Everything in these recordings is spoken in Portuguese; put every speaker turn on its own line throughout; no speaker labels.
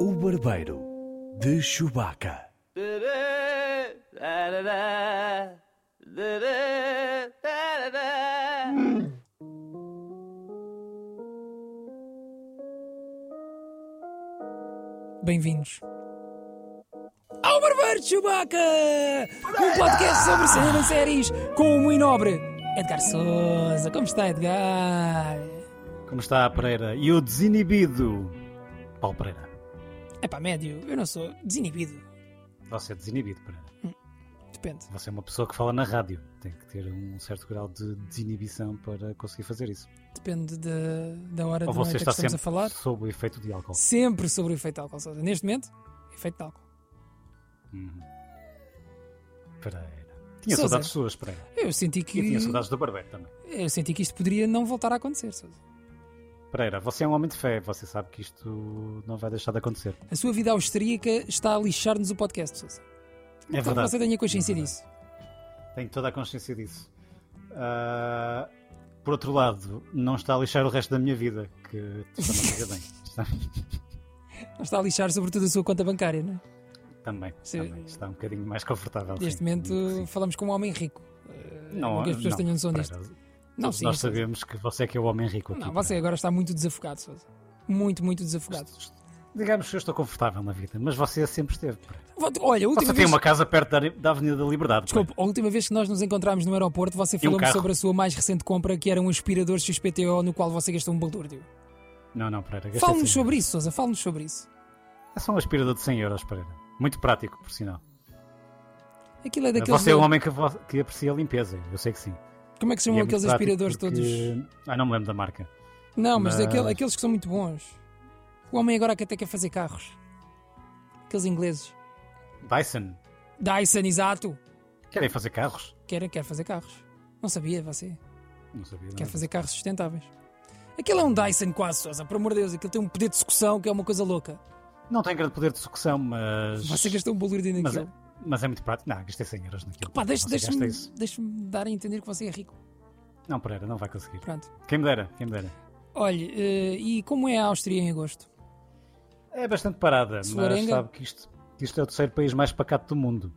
O Barbeiro de Chewbacca.
Bem-vindos ao Barbeiro de Chewbacca! Um podcast sobre cinema e séries com o muito nobre Edgar Souza. Como está, Edgar?
Como está a Pereira? E o desinibido? Paulo Pereira.
É pá, médio, eu não sou desinibido.
Você é desinibido, Pereira.
Depende.
Você é uma pessoa que fala na rádio. Tem que ter um certo grau de desinibição para conseguir fazer isso.
Depende de- da hora
Ou
da noite é que
você está
estamos
sempre
a falar.
sob o efeito de álcool.
Sempre sobre o efeito de álcool. Sousa. Neste momento, efeito de álcool.
Uhum. Pereira. Tinha
Sousa.
saudades suas, Pereira.
Eu senti que.
E tinha saudades do Barbeiro também.
Eu senti que isto poderia não voltar a acontecer, Sousa.
Pereira, você é um homem de fé. Você sabe que isto não vai deixar de acontecer.
A sua vida austríaca está a lixar-nos o podcast, Sousa.
É
Então
verdade.
Você tenha consciência
É verdade.
disso.
Tenho toda a consciência disso. Ah, por outro lado, não está a lixar o resto da minha vida, que está-me a fazer bem. Está-
Não está a lixar, sobretudo, a sua conta bancária, não é?
Também,
Sim.
também. Está um bocadinho mais confortável.
Neste
sim.
momento
Sim.
falamos com um homem rico. Eh, é bom que as pessoas tenham noção
Pereira,
disto.
todos
Não, sim.
nós
Sousa.
sabemos que você é que é o homem rico aqui.
Não, você agora está muito desafogado, Sousa. Muito, muito desafogado.
Pereira. é? Digamos que eu estou confortável na vida, mas você sempre esteve. Pereira.
Volta- Olha, a última
Você
vez...
tem uma casa perto da, da Avenida da Liberdade.
Desculpe, a última vez que nós nos encontramos no aeroporto, você falou-me
um carro.
sobre a sua mais recente compra, que era um aspirador XPTO no qual você gastou um balúrdio.
Pereira. Não, não, Pereira. gastei
Fale-nos
100 euros.
sobre isso, Sousa, fale-nos sobre isso.
É só um aspirador de 100 euros, Pereira. Muito prático, por sinal.
Aquilo é daqueles.
Você é um homem que, vo- que aprecia a limpeza, eu sei que sim.
Como é que se
E
chamam
é muito
aqueles
prático
aspiradores
porque-
todos?
Ah, não me lembro da marca.
Não, mas,
mas-
aquele- aqueles que são muito bons. O homem agora que até quer fazer carros. Aqueles ingleses.
Dyson.
Dyson, exato.
Querem fazer carros?
Quer, quer fazer carros. Não sabia, você.
Não sabia.
Quer
não.
fazer carros sustentáveis. Aquele é um Dyson quase, Sousa, por amor de Deus. Aquele tem um poder de sucção que é uma coisa louca.
Não tem grande poder de sucção, mas.
Você gastou um balúrdio
mas,
naquilo.
é, mas é muito prático. Não, gastei 100 euros naquilo.
Pá, deixa-
Você
deixa-me
gasta isso.
deixa-me dar a entender que você é rico.
Não, Pereira, não vai conseguir.
Pronto.
Quem me dera, quem me dera.
Olha, eh, e como é a Áustria em agosto?
É bastante parada, mas
Sularenga?
sabe que isto, que isto é o terceiro país mais pacato do mundo.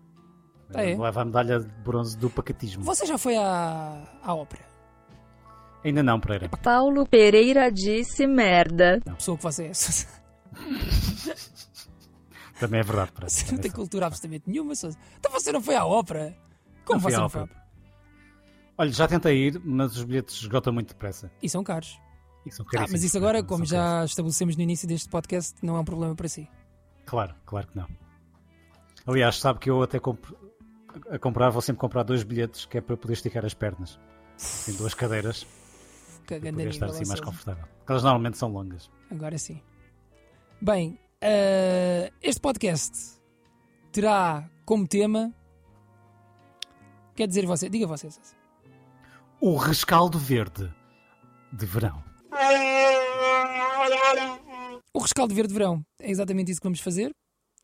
Ah, é?
Leva a medalha de bronze do pacatismo.
Você já foi à, à ópera?
Ainda não, Pereira.
Paulo Pereira disse merda.
A pessoa que você é. Sousa,
Também é verdade, Pereira.
Você não
Também
tem
é
cultura absolutamente nenhuma. Sousa. Então você não foi à ópera? Como
Não fui
você
à
não foi à
ópera.
ópera?
Olha, já tentei ir, mas os bilhetes esgotam muito depressa.
E são é um caros.
E são
Ah, mas
caríssimos,
isso agora,
Pereira,
como
é, são caríssimos.
já estabelecemos no início deste podcast, não é um problema para si.
Claro, claro que não. Aliás, sabe que eu até compro- a comprar, vou sempre comprar dois bilhetes que é para poder esticar as pernas. Tem duas cadeiras
Que
para
grande
poder estar
nível,
assim mais
Sousa.
confortável. Porque elas normalmente são longas.
Agora sim. Bem, eh, este podcast terá como tema. Quer dizer você, diga você, Sousa.
O rescaldo verde de verão.
O rescaldo verde de verão é exatamente isso que vamos fazer.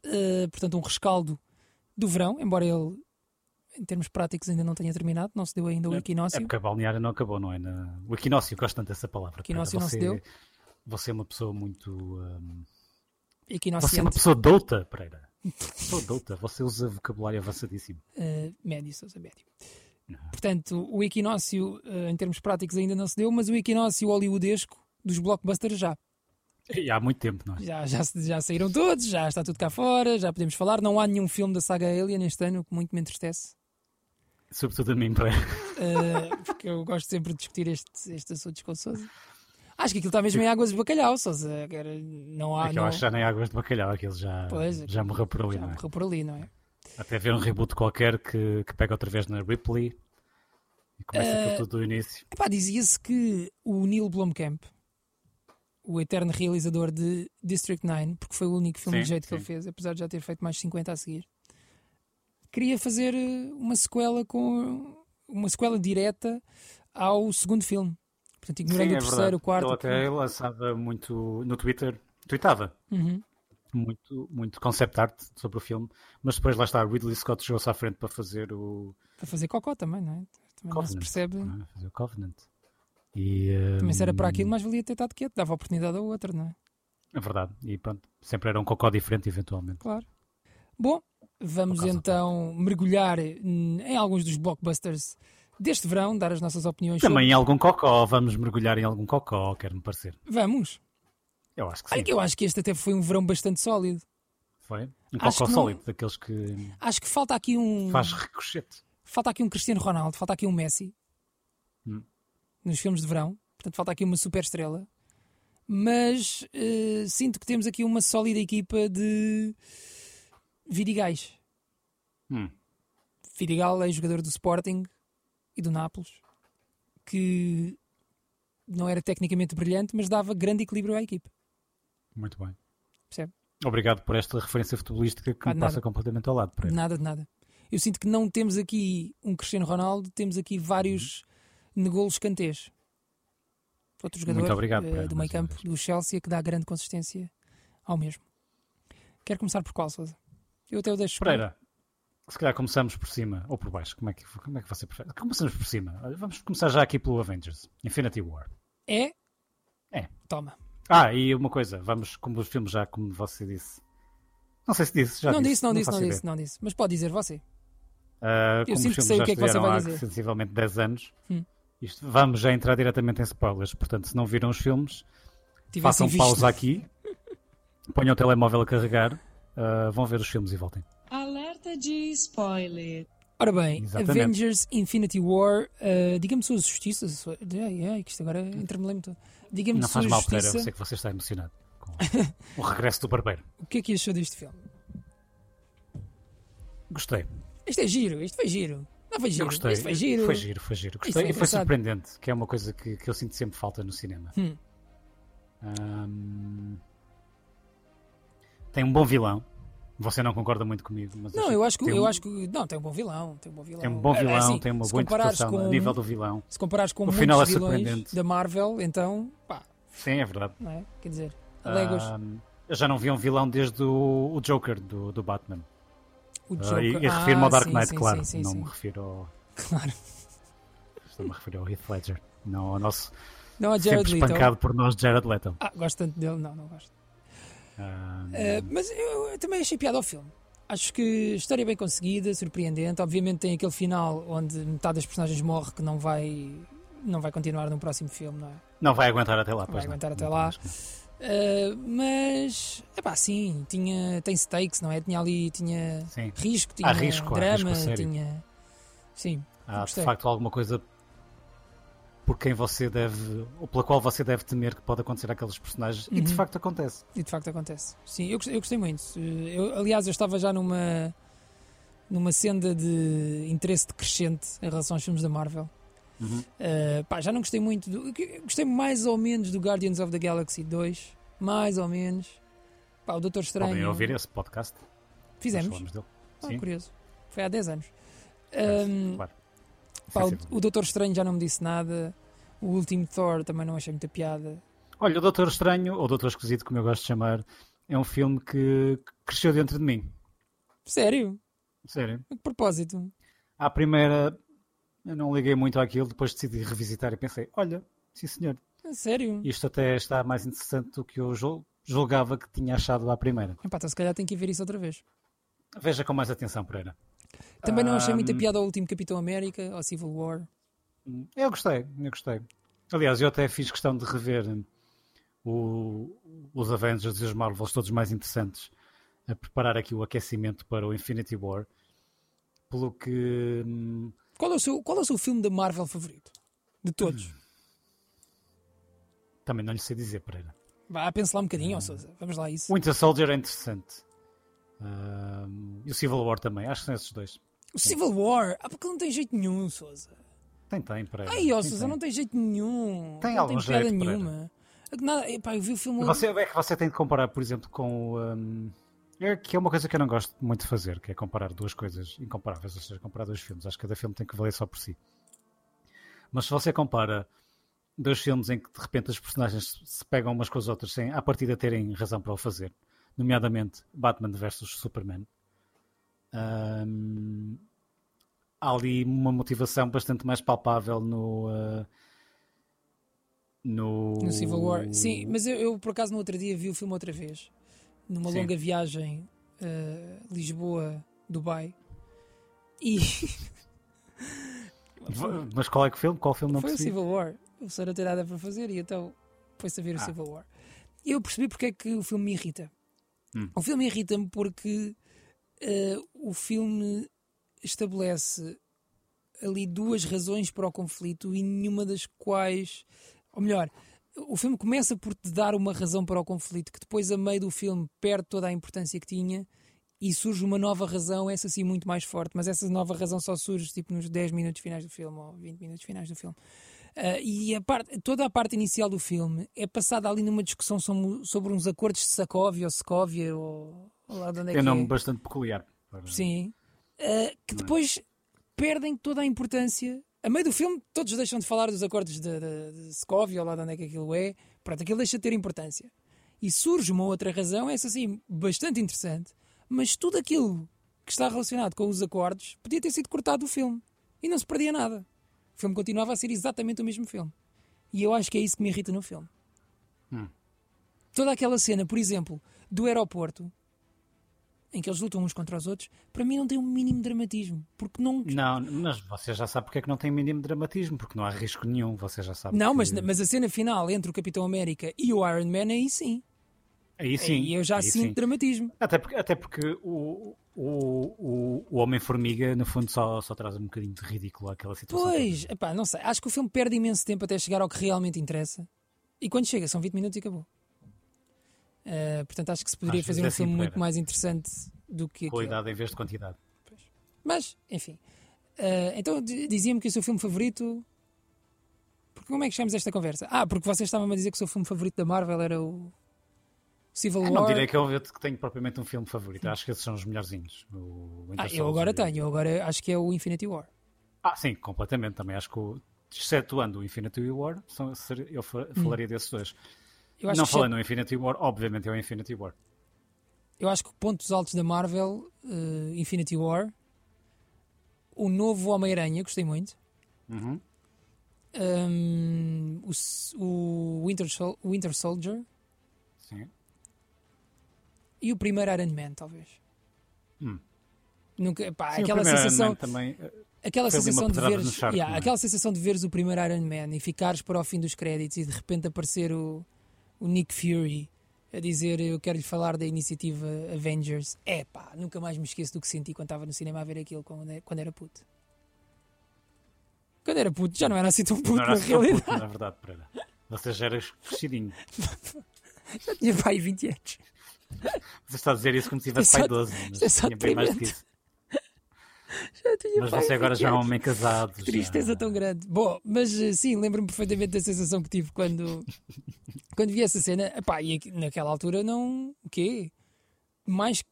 Eh, portanto, um rescaldo do verão, embora ele, em termos práticos, ainda não tenha terminado, não se deu ainda o
É
equinócio.
porque a balneária não acabou, não é? Na- O equinócio, gosto tanto dessa palavra.
Equinócio
Pereira.
não se
Você-
deu.
Você é uma pessoa muito. hum, Você é uma
Equinociente,
pessoa douta, Pereira. Pessoa douta. Você usa vocabulário avançadíssimo.
eh, médio, Sousa médio. Portanto, o equinócio, eh, em termos práticos, ainda não se deu, mas o equinócio hollywoodesco dos blockbusters já.
E há muito tempo, não é?
Já, já, se- já saíram todos, já está tudo cá fora, já podemos falar. Não há nenhum filme da saga Alien neste ano, o que muito me entristece.
Sobretudo a mim, Pereira.
eh, porque eu gosto sempre de discutir estes este assuntos com o Sousa. Acho que aquilo está mesmo em águas de bacalhau, Sousa. Quer- Não há.
é que eu
Ah, não,
acho que já nem águas de bacalhau, aquele já,
Pois,
já morreu por ali,
já
não é?
morreu por ali, não é?
Até ver um reboot qualquer que, que pega outra vez na Ripley e começa
Ah,
aquilo tudo do início.
Epá, dizia-se que o Neil Blomkamp, o eterno realizador de District 9, porque foi o único filme
Sim,
de jeito que
sim.
ele fez, apesar de já ter feito mais 50 a seguir, queria fazer eh, uma sequela com uma sequela direta ao segundo filme. Portanto, ignorando o terceiro, o quarto.
é
o
Ele até lançava muito no Twitter, tweetava
quinto. Uhum.
muito, muito concept art sobre o filme, mas depois lá está, Ridley Scott chegou-se à frente para fazer o,
Para fazer cocó também, não é? Também não se
Covenant,
percebe.
não é? fazer o Covenant. E,
Também se Hum. era para
hum,
aquilo, mais valia ter estado quieto, dava oportunidade a outra, não é?
É verdade. E pronto, sempre era um cocó diferente, eventualmente.
Claro. Bom, vamos
Por causa
então mergulhar hum, em alguns dos blockbusters deste verão, dar as nossas opiniões
Também em algum cocó, vamos mergulhar em algum cocó, quer-me parecer.
sobre. Vamos.
Eu acho que sim.
Olha que eu acho que este até foi um verão bastante sólido.
Foi. Um
Acho
cocó
que não- é.
sólido, daqueles que
Acho que falta aqui um.
faz ricochete.
Falta aqui um Cristiano Ronaldo, falta aqui um Messi.
Hum.
Nos filmes de verão. Portanto, falta aqui uma super estrela. Mas eh, sinto que temos aqui uma sólida equipa de Vidigais.
Hum.
Vidigal é jogador do Sporting e do Nápoles, que não era tecnicamente brilhante, mas dava grande equilíbrio à equipa.
Muito bem.
Percebe?
Obrigado por esta referência futebolística que
Ah,
me
de
passa
nada.
completamente ao lado.
De
Pereira.
nada, de nada. Eu sinto que não temos aqui um Cristiano Ronaldo, temos aqui vários Negolos Cantês. Outro jogador
Muito obrigado,
eh,
Pereira,
do
mais
meio
uma
campo do Chelsea que dá grande consistência ao mesmo. Quero começar por qual, Sousa? Eu até o deixo.
Pereira, se calhar começamos por cima ou por baixo. Como é que, como é que você prefere? Começamos por cima. Olha, Vamos começar já aqui pelo Avengers Infinity War.
É?
É.
Toma.
Ah, e uma coisa, vamos, como os filmes já, como você disse. Não sei se disse, já
não
disse.
disse, não disse, não
faço
disse, não disse. Mas pode dizer você.
Ah, como
sinto
os
que
filmes
sei o
já
que é que você
estiveram
vai
há
dizer.
sensivelmente 10 anos,
Hum.
isto, vamos já entrar diretamente em spoilers. Portanto, se não viram os filmes,
Tivessem
façam
visto.
pausa aqui, ponham o telemóvel a carregar, ah, vão ver os filmes e voltem.
Alerta de spoiler.
Ora bem,
Exatamente.
Avengers Infinity War, ah, diga-me sua justiça. Sua... Ai, ai, que isto agora intermelei-me todo. Diga-me
não
sua
faz mal, Pereira, eu
justiça.
sei que você está emocionado com o regresso do barbeiro.
O que é que achou deste filme?
Gostei,
Isto é giro, isto foi giro. Não foi giro,
eu gostei.
isto foi giro.
Foi giro, foi giro. Gostei
foi
e foi
engraçado.
surpreendente, que é uma coisa que, que eu sinto sempre falta no cinema.
Hum.
Ahm, Tem um bom vilão. Você não concorda muito comigo, mas
Não,
acho
eu acho que,
tem
eu
um-
acho que não, tem um bom vilão, tem um bom vilão.
Tem um bom
É, é
vilão,
assim,
tem uma
se
boa
comparares
interpretação
com,
a nível do vilão.
Se comparares com
O
muitos
final é
vilões
surpreendente.
da Marvel, então, pá,
Sim, é verdade.
não é? Quer dizer, Legos,
Ahm, eu já não vi um vilão desde o, o Joker do, do Batman.
o
Ah,
Joker.
e e refiro-me
Ah,
ao Dark
sim,
Knight,
sim,
claro.
sim, sim,
não
sim.
me refiro ao.
Claro.
Estou-me a referir ao Heath Ledger. Não ao nosso
Não, a
sempre
Jared Leto.
espancado por nós, Jared Leto. Ah,
Ah, gosto tanto dele, não, não gosto.
Ahm,
Uh, mas eu, eu também achei piada ao filme. Acho que história bem conseguida, surpreendente. Obviamente tem aquele final onde metade das personagens morre que não vai não vai continuar no próximo filme, não é?
não vai aguentar até lá,
vai
pois não.
aguentar até
Não,
lá.
acho que não.
Uh, mas é pá, sim, tinha tem stakes, não é? Tinha ali tinha
Sim.
risco, tinha
Há risco, há
drama,
risco sério.
tinha sim,
Há de
Gostei.
facto alguma coisa por quem você deve, ou pela qual você deve temer que pode acontecer àqueles personagens, e de
Uhum.
facto acontece.
e de facto acontece. Sim, eu gostei, eu gostei muito. Uh, eu- aliás, eu estava já numa numa senda de interesse decrescente em relação aos filmes da Marvel.
Uhum.
Uh, pá, já não gostei muito. Do, que- gostei mais ou menos do Guardians of the Galaxy 2. Mais ou menos. Pá, o Doutor Estranho.
Podem ouvir esse podcast. nós
Fizemos.
falamos dele.
Ah,
Sim,
curioso. Foi há 10 anos. Um,
claro.
pá,
Sim, sim.
o, o Doutor Estranho já não me disse nada. O último Thor também não achei muita piada.
Olha, o Doutor Estranho, ou Doutor Esquisito, como eu gosto de chamar, é um filme que que cresceu dentro de mim.
Sério?
Sério.
A que propósito?
À primeira, eu não liguei muito àquilo, depois decidi revisitar e pensei: olha, sim senhor,
A Sério?
isto até está mais interessante do que eu jul- julgava que tinha achado à primeira.
Epá, então se calhar tenho que ir ver isso outra vez.
Veja com mais atenção, Pereira.
Também não achei
Ah,
muita piada ao último Capitão América, ao Civil War.
Hum, Eu gostei, eu gostei. Aliás, eu até fiz questão de rever hum, o- os Avengers e os Marvels, todos mais interessantes, a preparar aqui o aquecimento para o Infinity War. Pelo que. hum,
Qual é o seu, qual é o seu filme da Marvel favorito? De todos?
Também não lhe sei dizer, Pereira.
Vá, pense lá um
Hum.
bocadinho, ó Sousa. Vamos lá a isso.
O Winter Soldier é interessante. Hum, e o Civil War também. Acho que são esses dois.
O Civil War? Ah, porque não tem jeito nenhum, Sousa.
Tem, tem, Pereira.
Ai, ó,
Tem,
Sousa,
tem.
não tem jeito nenhum.
É, Tem
não
algum
tem piada
jeito, Pereira.
nenhuma. É que Nada, epá, eu vi o filme.
Você, é que você tem de comparar, por exemplo, com o. hum, é que é uma coisa que eu não gosto muito de fazer, que é comparar duas coisas incomparáveis, ou seja, comparar dois filmes. Acho que cada filme tem que valer só por si. Mas se você compara dois filmes em que de repente as personagens se pegam umas com as outras sem, à partida, terem razão para o fazer, nomeadamente Batman versus Superman, hum, há ali uma motivação bastante mais palpável no. ah, uh, no...
no Civil War. Sim, mas eu, eu, por acaso no outro dia vi o filme outra vez, numa
Sim.
longa viagem eh, Lisboa-Dubai. E
V- Mas qual é que filme? Qual filme não
foi o
percebi?
Civil War. O senhor não tem nada para fazer e então foi-se a ver o
Ah.
Civil War. E eu percebi porque é que o filme me irrita.
Hum.
O filme irrita-me porque eh, o filme estabelece ali duas razões para o conflito e nenhuma das quais. Ou melhor, o filme começa por te dar uma razão para o conflito que depois, a meio do filme, perde toda a importância que tinha e surge uma nova razão, essa sim muito mais forte, mas essa nova razão só surge tipo nos 10 minutos finais do filme ou 20 minutos finais do filme. Ah, e a parte, toda a parte inicial do filme é passada ali numa discussão som- sobre uns acordos de Sacóvia ou Secóvia ou, ou lá de onde é
Tem um
que
nome
é.
bastante peculiar. para-
Sim. Ah, que depois perdem toda a importância. A meio do filme, todos deixam de falar dos acordos de, de, de Secóvia, ou lá de onde é que aquilo é. Pronto, aquilo deixa de ter importância. E surge uma outra razão, essa sim, bastante interessante, mas tudo aquilo que está relacionado com os acordos podia ter sido cortado do filme. E não se perdia nada. O filme continuava a ser exatamente o mesmo filme. E eu acho que é isso que me irrita no filme.
Hum.
Toda aquela cena, por exemplo, do aeroporto, em que eles lutam uns contra os outros, para mim não tem o mínimo dramatismo. Porque não.
Não, mas você já sabe porque é que não tem mínimo dramatismo, porque não há risco nenhum, você já sabe.
Não,
que-
mas, mas a cena final entre o Capitão América e o Iron Man, aí sim.
Aí sim.
Aí eu já
aí
sinto
sim.
dramatismo.
Até porque, até porque o, o, o, o Homem-Formiga, no fundo, só, só traz um bocadinho de ridículo àquela situação.
Pois, é epá, não sei. Acho que o filme perde imenso tempo até chegar ao que realmente interessa. E quando chega, são 20 minutos e acabou. Ah, portanto, acho que se poderia
Às
fazer um
vezes é assim,
filme muito
Pereira.
mais interessante do que
toda.
aquilo.
Qualidade em vez de quantidade.
Mas, enfim. Ah, então, di- dizia-me que o seu filme favorito. Porque como é que chegamos a esta conversa? Ah, porque vocês estavam a dizer que o seu filme favorito da Marvel era o Civil
Eu
War.
Ah, não direi que eu que tenho propriamente um filme favorito. Acho que esses são os melhorzinhos. O
Ah,
Winter
eu agora
Soldier.
tenho, eu agora acho que é o Infinity War.
Ah, sim, completamente. Também acho que, o- excetuando o Infinity War, são- ser- eu fa- falaria desses dois.
Eu acho
não
que
falando no Infinity War, obviamente é o Infinity War.
Eu acho que pontos altos da Marvel, eh, Infinity War, o novo Homem-Aranha, gostei muito.
Uhum.
Ahm, Ehm, o, s- o Winter, Sol- Winter Soldier Ah,
Sim.
e o primeiro Iron Man, talvez.
Hum.
Nunca, pá,
Sim, o
aquela
primeiro Iron
sensação,
Man também. eh,
aquela
foi ali uma
sensação de
pedrada
veres,
no charco,
yeah,
não é?
aquela sensação de veres o primeiro Iron Man e ficares para o fim dos créditos e de repente aparecer o, o Nick Fury a dizer eu quero lhe falar da iniciativa Avengers. É pá, nunca mais me esqueço do que senti quando estava no cinema a ver aquilo quando era, quando era puto. Quando era puto, já não era assim tão puto
Não era
na
assim tão puto,
realidade.
na verdade, Pereira. Você já era crescidinho.
Já tinha pai 20 anos.
Você está a dizer isso como se tivesse
Isto é
pai
só-
12, mas
isto é só
tinha bem mais que
deprimente.
isso.
Já tinha
Mas
pai
você agora
20
já é um
anos.
homem casado. já-
Tristeza tão grande. Bom, mas eh, sim, lembro-me perfeitamente da sensação que tive quando, quando vi essa cena. Epá, e aqui- naquela altura não. O quê? Mais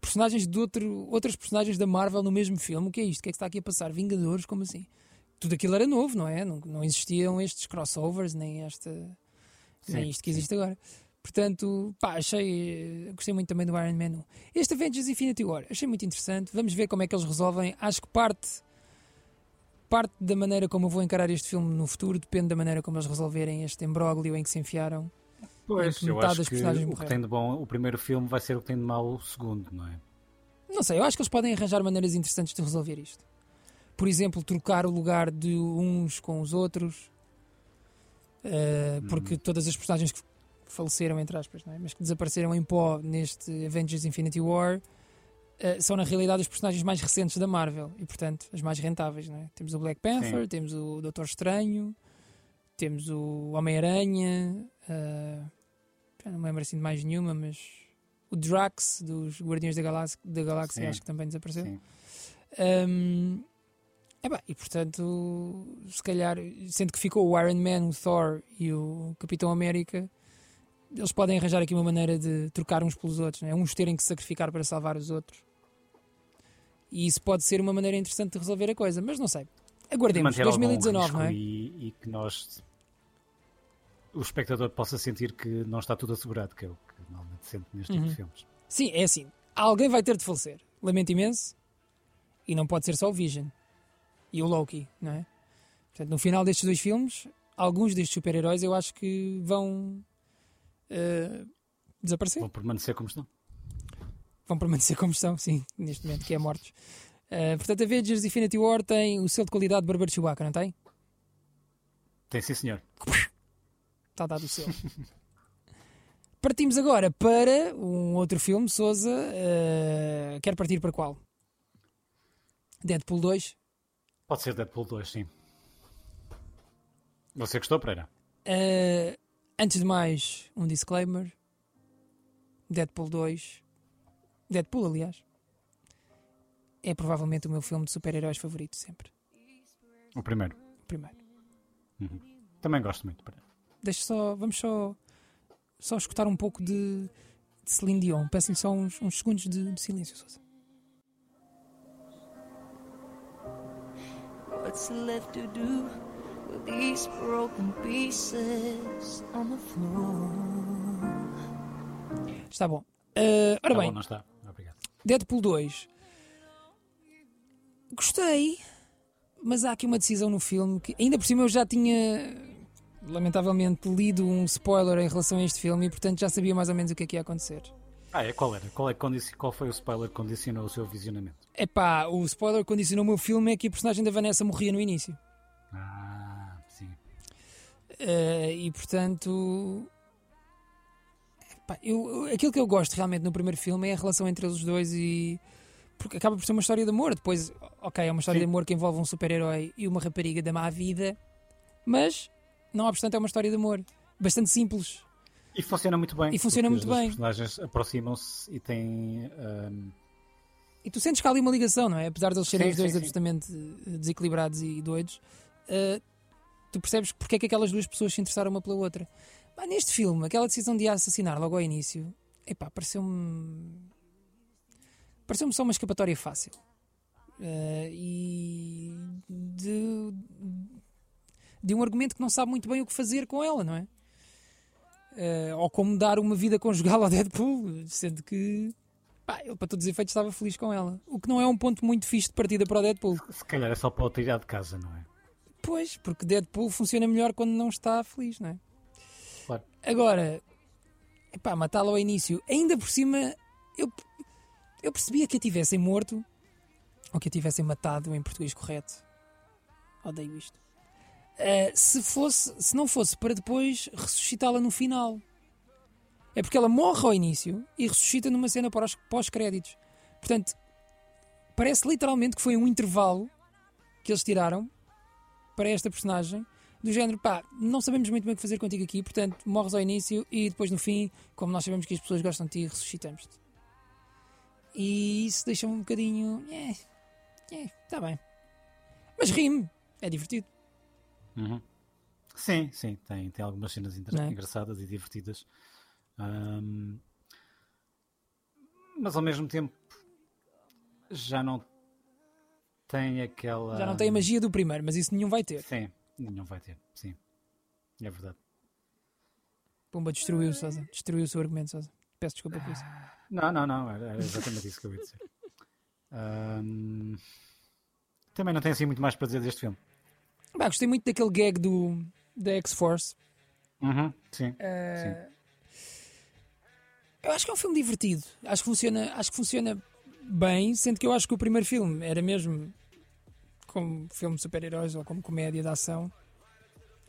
personagens de outro, outras personagens da Marvel no mesmo filme. O que é isto? O que é que está aqui a passar? Vingadores, como assim? Tudo aquilo era novo, não é? Não, não existiam estes crossovers, nem esta. nem
Sim,
isto que existe agora. Portanto, pá, achei. eh, Gostei muito também do Iron Man 1. Este Avengers Infinity War, achei muito interessante. Vamos ver como é que eles resolvem. Acho que parte parte da maneira como eu vou encarar este filme no futuro depende da maneira como eles resolverem este imbróglio em que se enfiaram.
Pois,
que
eu
metade
acho
das
que
personagens
o que
morreram.
tem de bom o primeiro filme vai ser o que tem de mau o segundo, não é?
Não sei, eu acho que eles podem arranjar maneiras interessantes de resolver isto. Por exemplo, trocar o lugar de uns com os outros. Uh, porque todas as personagens que faleceram, entre aspas, não é? mas que desapareceram em pó neste Avengers Infinity War uh, são na realidade os personagens mais recentes da Marvel e, portanto, as mais rentáveis. Não é? Temos o Black Panther, temos o Doutor Estranho, temos o Homem-Aranha, uh, já não me lembro assim de mais nenhuma, mas o Drax dos Guardiões da Galáxia, da Galáxia
Sim,
acho que também desapareceu.
Sim.
Hum, epá, e portanto, se calhar, sendo que ficou o Iron Man, o Thor e o Capitão América, eles podem arranjar aqui uma maneira de trocar uns pelos outros, né? uns terem que se sacrificar para salvar os outros. E isso pode ser uma maneira interessante de resolver a coisa, mas não sei. Aguardemos,
manter algum
2019,
risco
não é?
E, e que nós, o espectador, possa sentir que não está tudo assegurado, que é o que normalmente sente neste tipo de filmes.
Sim, é assim. Alguém vai ter de falecer. Lamento imenso. E não pode ser só o Vision. E o Loki, não é? Portanto, no final destes dois filmes, alguns destes super-heróis eu acho que vão eh, desaparecer.
Vão permanecer como estão.
vão permanecer como estão, sim, neste momento, que é mortos. Uh, portanto, a Avengers Infinity War tem o selo de qualidade de Barbeiro Chewbacca, não tem?
Tem sim, senhor.
Está dado o selo. Partimos agora para um outro filme, Souza. uh, quer partir para qual? Deadpool 2.
Pode ser Deadpool 2, sim. Você gostou, Pereira?
Uh, antes de mais, um disclaimer: Deadpool 2. Deadpool, aliás. É provavelmente o meu filme de super-heróis favorito sempre.
O primeiro.
O primeiro.
Também gosto muito, Pereira.
deixa só, vamos só, só escutar um pouco de, de Celine Dion. Peço-lhe só uns, uns segundos de, de silêncio, Sousa.
What's left to do with these broken pieces on the floor?
Está bom. Ah, ora
Está
bem,
Tá bom, não está? Obrigado.
Deadpool 2. Gostei, mas há aqui uma decisão no filme que, ainda por cima, eu já tinha, lamentavelmente, lido um spoiler em relação a este filme e, portanto, já sabia mais ou menos o que é que ia acontecer.
Ah, é qual era? Qual, é que condici- qual foi o spoiler que condicionou o seu visionamento?
Epá, o spoiler que condicionou o meu filme é que a personagem da Vanessa morria no início.
Ah, sim.
Eh, e portanto. epá, eu- eu- aquilo que eu gosto realmente no primeiro filme é a relação entre eles dois e. Porque acaba por ser uma história de amor. Depois, ok, é uma história
Sim.
de amor que envolve um super-herói e uma rapariga da má vida. Mas, não obstante, é uma história de amor. Bastante simples.
E funciona muito bem.
E funciona
porque
muito
os
bem.
dois personagens aproximam-se e têm. ah, ahm,
E tu sentes que há ali uma ligação, não é? Apesar de eles serem
Sim,
os dois
sim, sim.
absolutamente eh, desequilibrados e doidos, eh, tu percebes porque é que aquelas duas pessoas se interessaram uma pela outra. Pá, neste filme, aquela decisão de a assassinar logo ao início, epá, pareceu-me. pareceu-me só uma escapatória fácil. Eh, e. De, de um argumento que não sabe muito bem o que fazer com ela, não é? Eh, ou como dar uma vida conjugal ao Deadpool, sendo que pá, ele para todos os efeitos estava feliz com ela. O que não é um ponto muito fixe de partida para o Deadpool.
se calhar é só para o tirar de casa, não é?
Pois, porque Deadpool funciona melhor quando não está feliz, não é?
Claro.
Agora, epá, matá-lo ao início, ainda por cima, eu, eu percebia que a tivessem morto ou que a tivessem matado em português correto. Odeio isto. Eh, se, fosse, se não fosse para depois ressuscitá-la no final. É porque ela morre ao início e ressuscita numa cena para os pós-créditos. Portanto, parece literalmente que foi um intervalo que eles tiraram para esta personagem, do género, pá, não sabemos muito bem o que fazer contigo aqui, portanto, morres ao início e depois no fim, como nós sabemos que as pessoas gostam de ti, ressuscitamos-te. E isso deixa-me um bocadinho. É, é, tá bem. Mas rime, é divertido.
Uhum. Sim, sim, tem, tem algumas cenas inter-
Não é?
engraçadas e divertidas. Ahm, mas ao mesmo tempo já não tem aquela.
Já não tem a magia do primeiro, mas isso nenhum vai ter.
Sim, não vai ter, sim. É verdade.
Pumba destruiu, Sousa. Destruiu o seu argumento, Sousa. Peço desculpa por isso.
Não, não, não, era era exatamente isso que eu ia dizer. Ahm, também não tenho assim muito mais para dizer deste filme.
Bah, gostei muito daquele gag do, da X-Force.
Uhum, sim.
Eh, Eu acho que é um filme divertido. Acho que funciona, acho que funciona bem, sendo que eu acho que o primeiro filme era mesmo como filme de super-heróis ou como comédia de ação.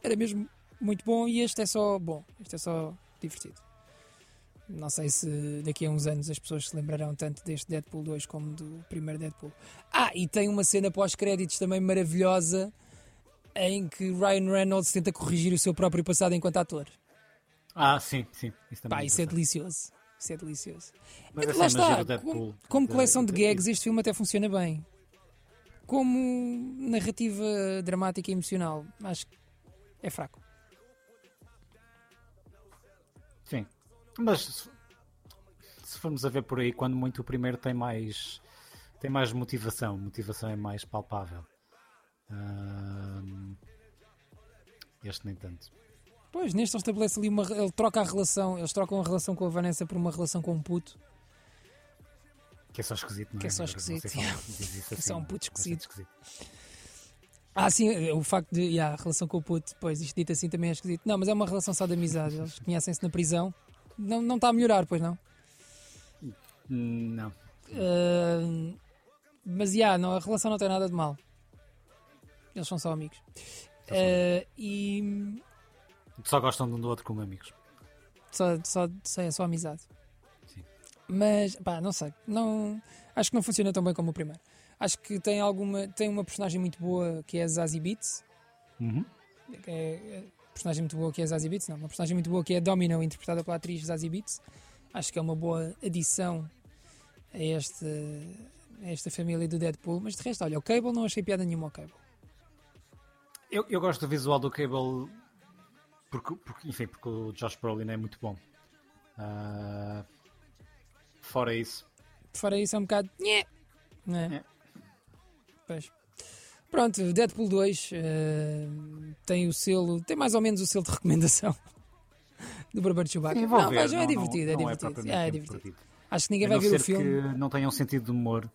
Era mesmo muito bom e este é só bom, este é só divertido. Não sei se daqui a uns anos as pessoas se lembrarão tanto deste Deadpool 2 como do primeiro Deadpool. Ah, e tem uma cena pós-créditos também maravilhosa em que Ryan Reynolds tenta corrigir o seu próprio passado enquanto ator.
Ah, sim, sim. Isso também
Pá,
é
isso é
engraçado.
delicioso. Isso é delicioso.
Mas
É que
essa
lá
magia
está.
do Deadpool,
como, como
de-
coleção de
de-
gags, este filme até funciona bem. Como narrativa dramática e emocional, acho que é fraco.
Sim. Mas se, se formos a ver por aí, quando muito o primeiro tem mais tem mais motivação, motivação é mais palpável. Ahm, este nem tanto.
Pois, neste ele estabelece ali uma. Ele troca a relação. Eles trocam a relação com a Vanessa por uma relação com um puto.
Que é só esquisito, não é?
Que é só
Não sei
esquisito,
como diz isso assim,
é só um puto
bastante
esquisito. Ah, sim, o facto de. Yeah, a relação com o puto, pois, isto dito assim também é esquisito. Não, mas é uma relação só de amizade. Eles conhecem-se na prisão. Não, não está a melhorar, pois não?
Não.
Ah, mas, yeah, não, a relação não tem nada de mal. Eles são só amigos. Ah, e.
Só gostam de um do outro como amigos.
Só, só, só, é só amizade.
Sim.
Mas, pá, não sei. Não, acho que não funciona tão bem como o primeiro. Acho que tem alguma. Tem uma personagem muito boa que é a Zazie Beats.
Uhum.
que é, é, personagem muito boa que é a Zazie Beetz, não, uma personagem muito boa que é a Domino, interpretada pela atriz Zazie Beetz. Acho que é uma boa adição a, este, a esta família do Deadpool. Mas de resto, olha, o Cable não achei piada nenhuma ao Cable.
Eu, eu gosto do visual do Cable porque, porque, enfim, porque o Josh Brolin é muito bom. Ah, fora isso,
Fora isso é um bocado. nhé, Não é?
É.
Pois. Pronto, Deadpool 2 eh, tem o selo, tem mais ou menos o selo de recomendação do Barbeiro Chewbacca.
Sim, vou
não,
ver.
mas é
Não-
divertido, é
não- não
divertido.
propriamente
é
muito
divertido.
divertido.
Acho que ninguém
A
vai
não
ver o
ser
filme.
que não tenham sentido de humor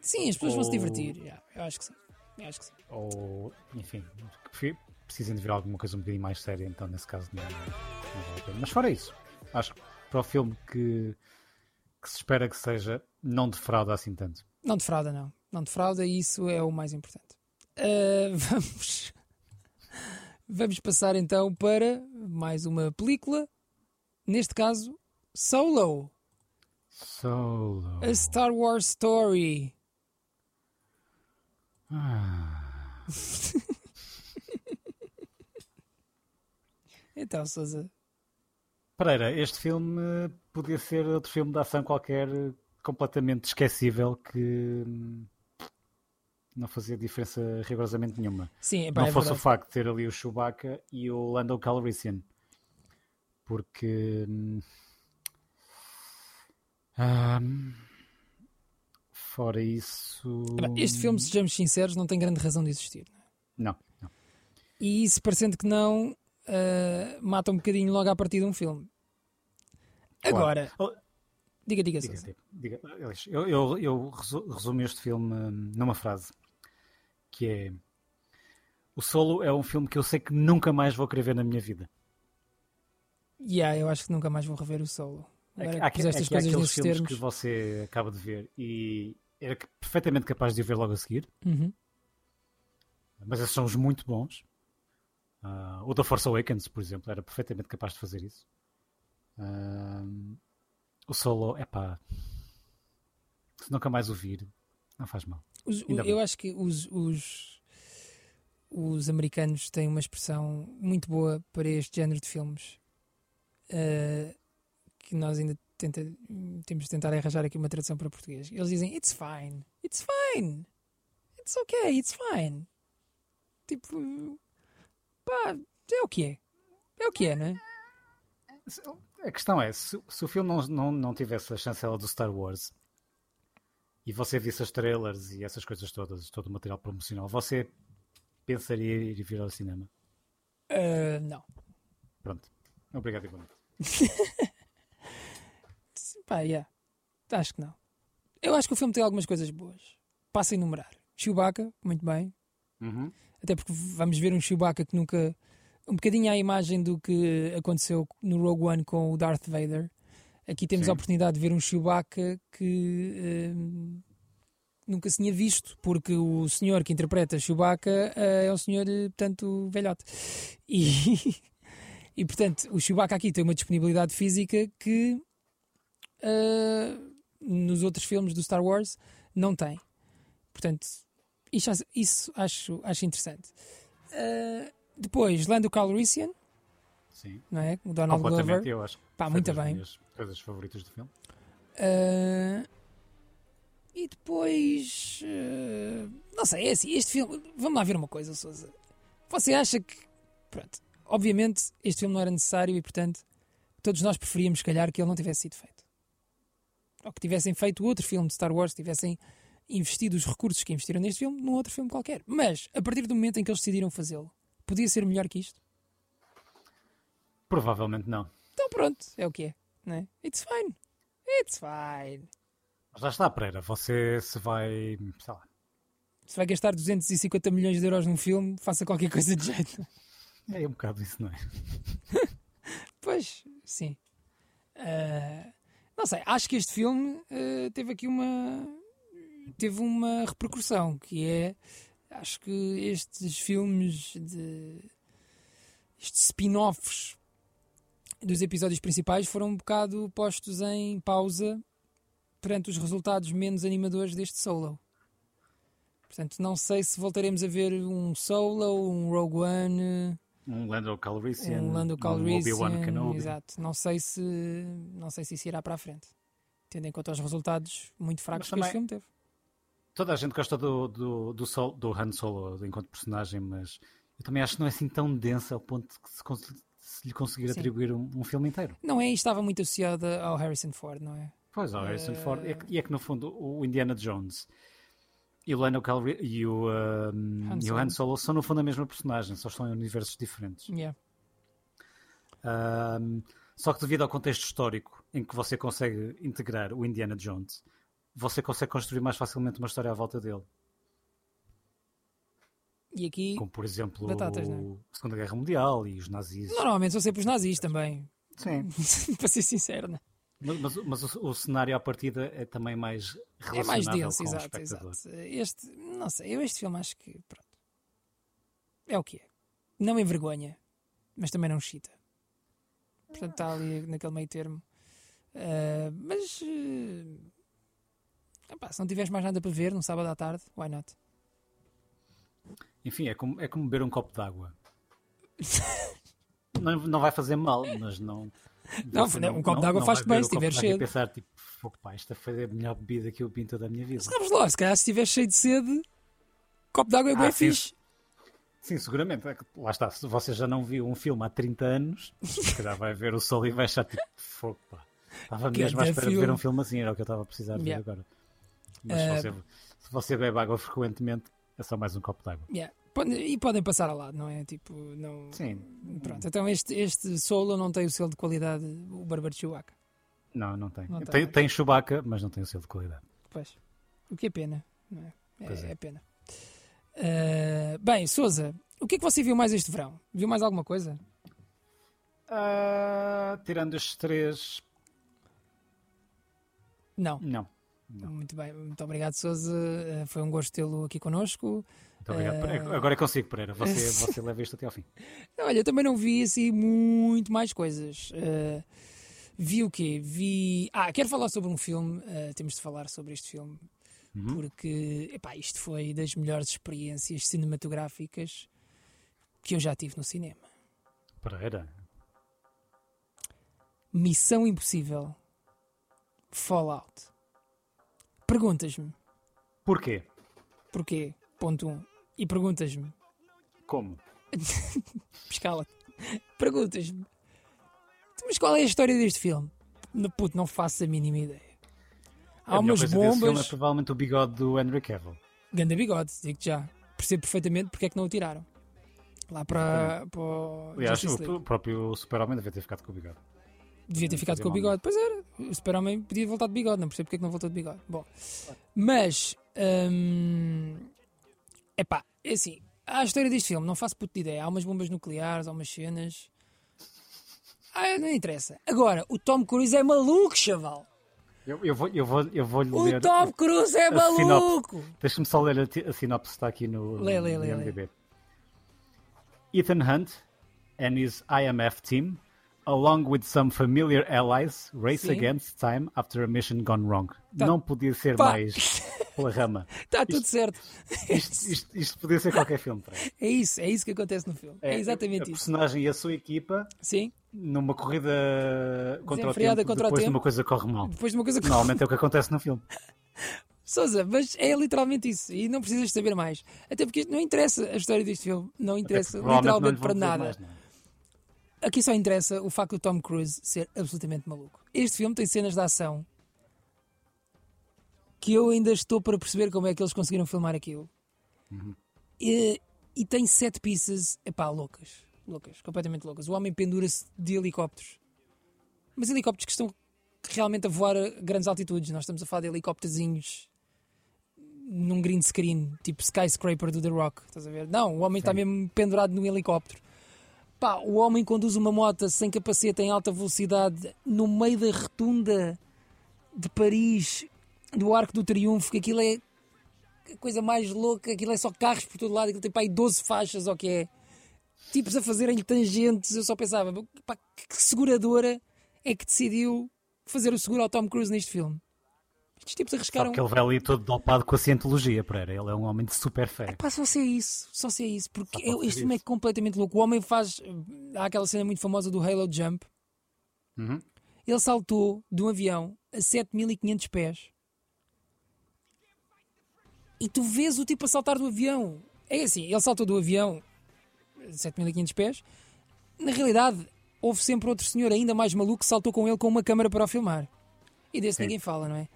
Sim, as pessoas vão se
Ou-
divertir. já, eu acho que sim. Eu acho que sim.
ou, enfim, que prefi- precisem de ver alguma coisa um bocadinho mais séria, então nesse caso não, não vale a pena. Mas fora isso, acho que para o filme que, que se espera que seja, não defrauda assim tanto.
Não defrauda, não. Não defrauda e isso é o mais importante. Ah, vamos. Vamos passar então para mais uma película. Neste caso, Solo.
Solo.
A Star Wars Story.
Ah.
Então, Sousa.
Pereira, este filme podia ser outro filme de ação qualquer eh, completamente esquecível que hum, não fazia diferença rigorosamente nenhuma.
Sim, epá,
não
é
fosse o
verdade.
facto de ter ali o Chewbacca e o Lando Calrissian. Porque. hum, hum, fora isso.
Epá, Este filme, sejamos sinceros, não tem grande razão de existir.
Não, não.
E isso, parecendo que não, ah, mata um bocadinho logo à partida um filme.
Claro.
Agora,
Oh,
diga, diga,
diga,
Sousa.
diga, diga. Aliás, Eu, eu, eu resu- resumo este filme hum, numa frase que é. O Solo é um filme que eu sei que nunca mais vou querer ver na minha vida.
Yeah, eu acho que nunca mais vou rever o solo. Agora
É Há- há-
que puseste
há-
as
há
coisas
aqueles
nesses
filmes
termos.
que você acaba de ver e era que- perfeitamente capaz de o ver logo a seguir.
Uhum.
mas esses são os muito bons. Ah, o da Force Awakens, por exemplo, era perfeitamente capaz de fazer isso. Ah, o Solo, é pá, se nunca mais ouvir, não faz mal.
Os- o-
Ainda bem.
eu acho que os, os, os americanos têm uma expressão muito boa para este género de filmes eh, que nós ainda tenta, temos de tentar arranjar aqui uma tradução para português. Eles dizem it's fine, it's fine, it's okay, it's fine. Tipo, pá, é o que é, é o que é, não é?
Se- A questão é: se, se o filme não, não, não tivesse a chancela do Star Wars e você visse as trailers e essas coisas todas, todo o material promocional, você pensaria em ir vir ao cinema?
Eh, não.
Pronto. Obrigado e boa noite.
Pá, yeah. Acho que não. Eu acho que o filme tem algumas coisas boas. Passa a enumerar. Chewbacca, muito bem.
Uhum.
Até porque vamos ver um Chewbacca que nunca. Um bocadinho à imagem do que aconteceu no Rogue One com o Darth Vader. Aqui temos
Sim.
a oportunidade de ver um Chewbacca que hum, nunca se tinha visto, porque o senhor que interpreta Chewbacca eh, é um senhor, eh, portanto, velhote. E, e, portanto, o Chewbacca aqui tem uma disponibilidade física que eh, nos outros filmes do Star Wars não tem. Portanto, isso, acho- isso acho, acho interessante. Eh, depois, Lando Calrissian,
Sim.
não é? O Donald Glover.
Completamente, eu acho. que
Pá,
foi
muito
das
bem.
minhas coisas favoritas do filme.
Ah, e depois. ah, não sei, é assim. Este filme. Vamos lá ver uma coisa, Souza. Você acha que. Pronto. Obviamente, este filme não era necessário e, portanto, todos nós preferíamos, se calhar, que ele não tivesse sido feito. Ou que tivessem feito outro filme de Star Wars, tivessem investido os recursos que investiram neste filme num outro filme qualquer. Mas, a partir do momento em que eles decidiram fazê-lo, podia ser melhor que isto?
Provavelmente não.
Então, pronto, é o que é. Não é? It's fine. It's fine.
Mas lá está, Pereira. Você se vai, sei lá,
Se vai gastar 250 milhões de euros num filme, faça qualquer coisa de jeito.
É um bocado isso, não é?
Pois, sim. Ah, não sei, acho que este filme ah, teve aqui uma. teve uma repercussão, que é. Acho que estes filmes de. estes spin-offs dos episódios principais foram um bocado postos em pausa perante os resultados menos animadores deste solo. Portanto, não sei se voltaremos a ver um solo, um Rogue One. eh,
Um Lando Calrissian,
um Lando Calrissian,
Obi-Wan Kenobi.
exato. Não sei se não sei se isso irá para a frente, tendo em conta os resultados muito fracos
Mas
que este filme
também-
teve.
Toda a gente gosta do, do, do, Sol- do Han Solo enquanto personagem, mas eu também acho que não é assim tão densa ao ponto de que se, cons- se lhe conseguir
Sim.
atribuir um, um filme inteiro.
Não é? E Estava muito associada ao Harrison Ford, não é?
Pois, ao Harrison Ford. É que- e é que no fundo o Indiana Jones e o Lando Calri e o, um,
Han
e o Han Solo são no fundo a mesma personagem, só estão em universos diferentes.
Yeah.
Um, só que devido ao contexto histórico em que você consegue integrar o Indiana Jones, você consegue construir mais facilmente uma história à volta dele.
E aqui
Como, por exemplo,
Batatas, não é?
a Segunda Guerra Mundial e os nazis.
normalmente são sempre os nazis também,
Sim.
para ser sincero, né?
Mas, mas- mas o, o cenário à partida é também mais
é
relacionado
mais denso,
com o
exato,
espectador.
exato. Este, não sei, eu este filme acho que pronto. É o que é. Não me envergonha, mas também não chita. Portanto, está ali naquele meio termo. Ah, mas ah, epá, se não tiveres mais nada para ver num sábado à tarde, why not?
Enfim, é como, é como beber um copo de água. não, não vai fazer mal, mas não...
Não,
você
um copo de água
não
faz-te
vai
bem
beber
se tiver
o copo de água e
cheio.
pensar, tipo, "Pô, pá, esta foi a melhor bebida que eu pinto da minha vida.
Sabes lá, se calhar se estiveres cheio de sede, copo de água é
Ah,
bem
sim.
fixe.
Sim, seguramente. É que, Lá está, se você já não viu um filme há 30 anos, se calhar vai ver o sol e vai achar tipo fogo, pá. Estava
Que
mesmo à
grande
espera de ver
filme.
um filme assim, era o que eu estava a precisar de ver
Yeah.
agora. Mas se
Eh,
você, se você bebe água frequentemente, é só mais um copo de água.
Yeah. Pode- E podem passar ao lado, não é? Tipo, não.
Sim,
Pronto, então este, este solo não tem o selo de qualidade, o Bárbaro de Chihuahua.
não, não tem.
Não tem.
tem, tem Chewbacca, mas não tem o selo de qualidade.
Pois. O que é pena, não é? É,
Pois é.
é pena. Ah, bem, Souza, o que é que você viu mais este verão? Viu mais alguma coisa?
Ah, tirando estes três,
Não.
não. Não.
Muito bem, muito obrigado, Souza. Ah, Foi um gosto tê-lo aqui connosco.
Muito obrigado.
Eh,
Pereira. Agora eu consigo, Pereira. Você, você leva isto até ao fim.
Olha, eu também não vi assim muito mais coisas. Ah, vi o quê? Vi. Ah, quero falar sobre um filme. ah, temos de falar sobre este filme.
Uhum.
Porque, epá, isto foi das melhores experiências cinematográficas que eu já tive no cinema.
Pereira.
Missão Impossível. Fallout. Perguntas-me
Porquê?
porquê? Ponto 1. Um. E perguntas-me.
Como? É
Escala. Perguntas-me. "Então, Mas qual é a história deste filme? No puto, não faço a mínima ideia. Há
a melhor
umas
coisa desse filme é
bombas.
provavelmente o bigode do Henry Cavill.
Ganda bigode, digo-te já. Percebo perfeitamente porque é que não o tiraram. Lá para, para o
Aliás,
Justice
o
League.
pr- próprio Super-Homem devia ter ficado com o bigode.
Devia ter
Não
ficado
fazia
com o
mal
bigode. Pois era, o Super-Homem podia voltar de bigode, não percebo porque é que não voltou de bigode. Bom, mas. É epá, é assim. Há a história deste filme, não faço puto de ideia. Há umas bombas nucleares, há umas cenas. Ah, não interessa. Agora, o Tom Cruise é maluco, chaval.
Eu, eu vou, eu vou, eu vou lhe
O
ler.
Tom Cruise é
a sinopse.
maluco!
Deixa-me só ler a, ti- a sinopse que está aqui no,
Lê, lê,
no
lê,
IMDb. Ethan Hunt and his IMF team, along with some familiar allies, race
Sim.
against time after a mission gone wrong.
Tá.
Não podia ser
Pá. Tá
mais pela rama.
Está tudo certo.
Isto, isto- isto podia ser qualquer filme. pá.
É isso, é isso que acontece no filme. É
a
exatamente isso.
personagem e a sua equipa
Sim,
numa corrida contra o
Desenfreada
tempo,
contra o
depois de
tempo.
uma coisa corre mal.
depois de uma coisa que
Normalmente é o que acontece no filme.
Souza, mas é literalmente isso e não precisas saber mais. Até porque isto não interessa a história deste filme, não interessa
Provavelmente não
literalmente
lhe vão
para
dizer
nada.
mais, não é?
Aqui só interessa o facto do Tom Cruise ser absolutamente maluco. Este filme tem cenas de ação que eu ainda estou para perceber como é que eles conseguiram filmar aquilo.
Uhum.
E, e tem sete pieces, epá, loucas, loucas, completamente loucas. O homem pendura-se de helicópteros, mas helicópteros que estão realmente a voar a grandes altitudes. Nós estamos a falar de helicópterozinhos num green screen, tipo Skyscraper do The Rock, estás a ver? Não, o homem está mesmo pendurado num helicóptero. Pá, o homem conduz uma moto sem capacete em alta velocidade no meio da retunda de Paris, do Arco do Triunfo, que aquilo é a coisa mais louca, aquilo é só carros por todo lado, aquilo tem pá, aí 12 faixas, ou o que é? Tipos a fazerem tangentes, eu só pensava, pá, que seguradora é que decidiu fazer o seguro ao Tom Cruise neste filme? Estes tipos
Sabe
arriscaram.
que é ele vai ali todo dopado com a cientologia, Pereira. Ele é um homem de super fé.
Pá, só se é isso, só se é isso, porque
Só pode
eu-
ser
este filme é
isso.
completamente louco. O homem faz. Há aquela cena muito famosa do Halo Jump.
Uhum.
Ele saltou de um avião a 7500 pés e tu vês o tipo a saltar do avião. É assim, ele saltou do avião a 7500 pés. Na realidade, houve sempre outro senhor ainda mais maluco que saltou com ele com uma câmara para o filmar. E desse
Sim.
ninguém fala, não é?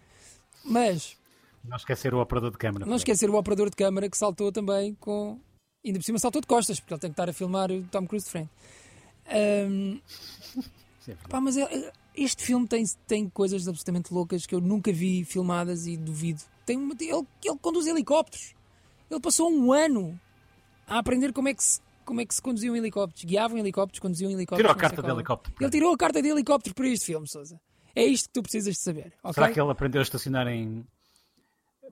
Mas.
Não esquecer o operador de câmara.
Não
Pereira.
esquecer o operador de câmara que saltou também com. Ainda por cima saltou de costas, porque ele tem que estar a filmar o Tom Cruise de frente. Ahm,
Sim, é verdade.
pá, mas é- é- este filme tem, tem coisas absolutamente loucas que eu nunca vi filmadas e duvido. Tem uma- ele, ele conduz helicópteros. Ele passou um ano a aprender como é que se, como é que se conduziam helicópteros. Guiavam helicópteros, conduziam helicópteros.
Tirou a
não sei
carta de
qual.
helicóptero. é?
Ele
Pereira.
tirou a carta de helicóptero para este filme, Sousa. É isto que tu precisas de saber. ok?
Será que ele aprendeu a estacionar em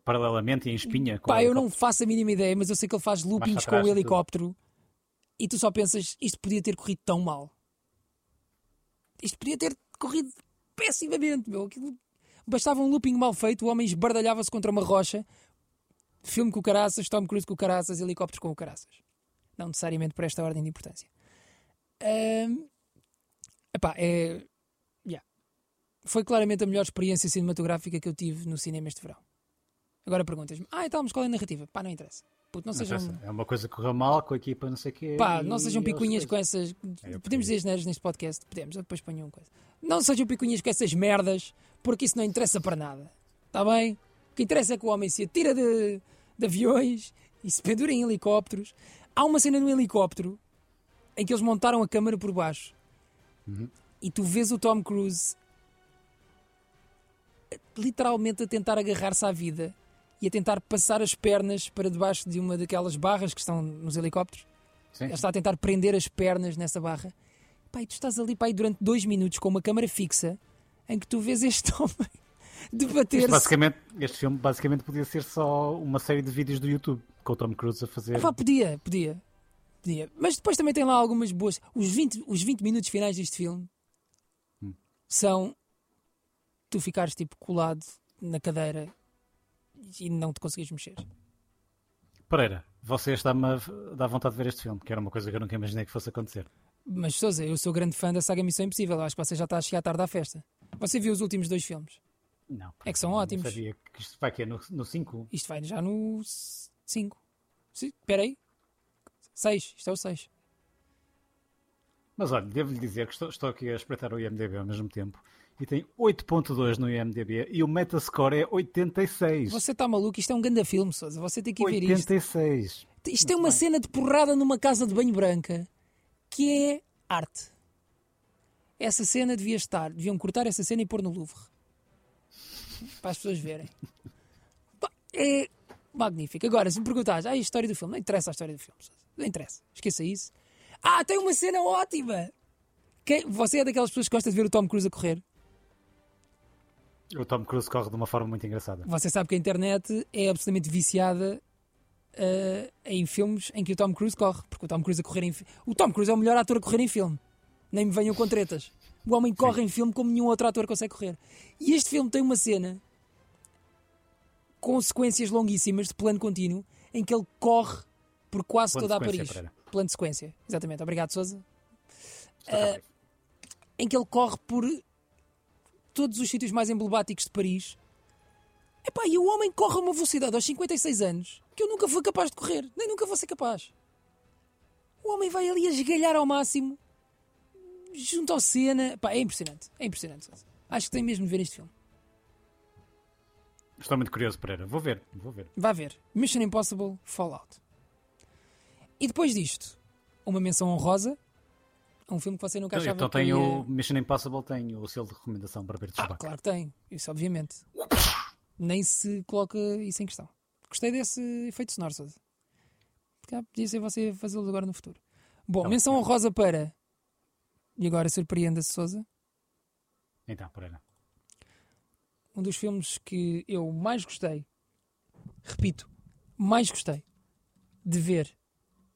paralelamente e em espinha? com
Pá,
o
eu não
helicóptero?
faço a mínima ideia, mas eu sei que ele faz loopings com
atrás
o
e tudo.
helicóptero e tu só pensas, isto podia ter corrido tão mal. Isto podia ter corrido pessimamente, meu. Aquilo... Bastava um looping mal feito, o homem esbardalhava-se contra uma rocha. Filme com o caraças, Tom Cruise com o caraças, helicópteros com o caraças. Não necessariamente por esta ordem de importância. Ahm, Epá, é... yeah. Foi claramente a melhor experiência cinematográfica que eu tive no cinema este verão. Agora perguntas-me, ah, então, mas qual é a narrativa? Pá, não interessa. Puto, não, um
Não
sejam.
interessa. É uma coisa que correu mal com a equipa, não sei o quê.
Pá,
e
não sejam
eles
picuinhas
depois-
com essas.
eu percebi.
Podemos dizer geneiras neste podcast? Podemos, eu depois ponho um coisa. Não sejam picuinhas com essas merdas, porque isso não interessa para nada. Está bem? O que interessa é que o homem se atira de, de aviões e se pendura em helicópteros. Há uma cena no helicóptero em que eles montaram a câmara por baixo
Uhum.
e tu vês o Tom Cruise literalmente a tentar agarrar-se à vida e a tentar passar as pernas para debaixo de uma daquelas barras que estão nos helicópteros.
Sim.
Ele está a tentar prender as pernas nessa barra. Pá, e tu estás ali pá, aí durante dois minutos com uma câmara fixa em que tu vês este homem
Isto
debater-se.
basicamente, este filme basicamente podia ser só uma série de vídeos do YouTube com o Tom Cruise a fazer.
Pá, podia, podia, podia. Mas depois também tem lá algumas boas. Os 20, os 20 minutos finais deste filme
Hum.
são tu ficares tipo colado na cadeira e não te conseguires mexer.
Pereira, você está-me a dar vontade de ver este filme, que era uma coisa que eu nunca imaginei que fosse acontecer.
Mas Sousa, eu sou grande fã da saga Missão Impossível. Eu acho que você já está a chegar tarde à festa. Você viu os últimos dois filmes?
Não.
É que são
não
ótimos.
Sabia que isto vai aqui no 5.
Isto vai já no 5. Espera aí. 6. Isto é o 6.
Mas olha, devo-lhe dizer que estou, estou aqui a espreitar o IMDB ao mesmo tempo e tem 8.2 no IMDB e o Metascore é 86.
Você está maluco? Isto é um grande filme, Sousa. Você tem que ir ver isto.
86.
Isto é uma cena de porrada numa casa de banho branca que é arte. Essa cena devia estar. Deviam cortar essa cena e pôr no Louvre. Para as pessoas verem. Pá, É magnífico. Agora, se me perguntares, ah, e a história do filme? Não interessa a história do filme. Sousa. Não interessa. Esqueça isso. Ah, tem uma cena ótima! Quem- Você é daquelas pessoas que gosta de ver o Tom Cruise a correr?
O Tom Cruise corre de uma forma muito engraçada.
Você sabe que a internet é absolutamente viciada eh, em filmes em que o Tom Cruise corre, porque o Tom Cruise a correr em fi- O Tom Cruise é o melhor ator a correr em filme. Nem me venham com tretas. O homem corre em filme como nenhum outro ator consegue correr. E este filme tem uma cena com sequências longuíssimas de plano contínuo em que ele corre por quase
Plano de
toda a
sequência,
Paris.
Pereira.
Plano de sequência, exatamente. Obrigado, Sousa
Está
Eh,
cá, Pereira.
em que ele corre por todos os sítios mais emblemáticos de Paris. Epá, e o homem corre a uma velocidade aos 56 anos que eu nunca fui capaz de correr, nem nunca vou ser capaz. O homem vai ali a esgalhar ao máximo, junto ao Senna. Epá, é impressionante, é impressionante. Acho que tem mesmo de ver este filme.
Estou muito curioso, Pereira. Vou ver, vou ver.
Vá ver. Mission Impossible Fallout. E depois disto, uma menção honrosa a um filme que você nunca achava
Então
que
tem
ia-
o Mission Impossible, tem o selo de recomendação para ver de
Ah,
Chewbacca.
claro que tem, isso obviamente. Nem se coloca isso em questão. Gostei desse efeito sonoro, Sousa. Cá, podia ser você a fazê-lo agora no futuro. Bom,
Tá bom,
menção
tá bom.
honrosa para. E agora surpreenda-se, Sousa.
Então, Pereira.
um dos filmes que eu mais gostei, repito, mais gostei de ver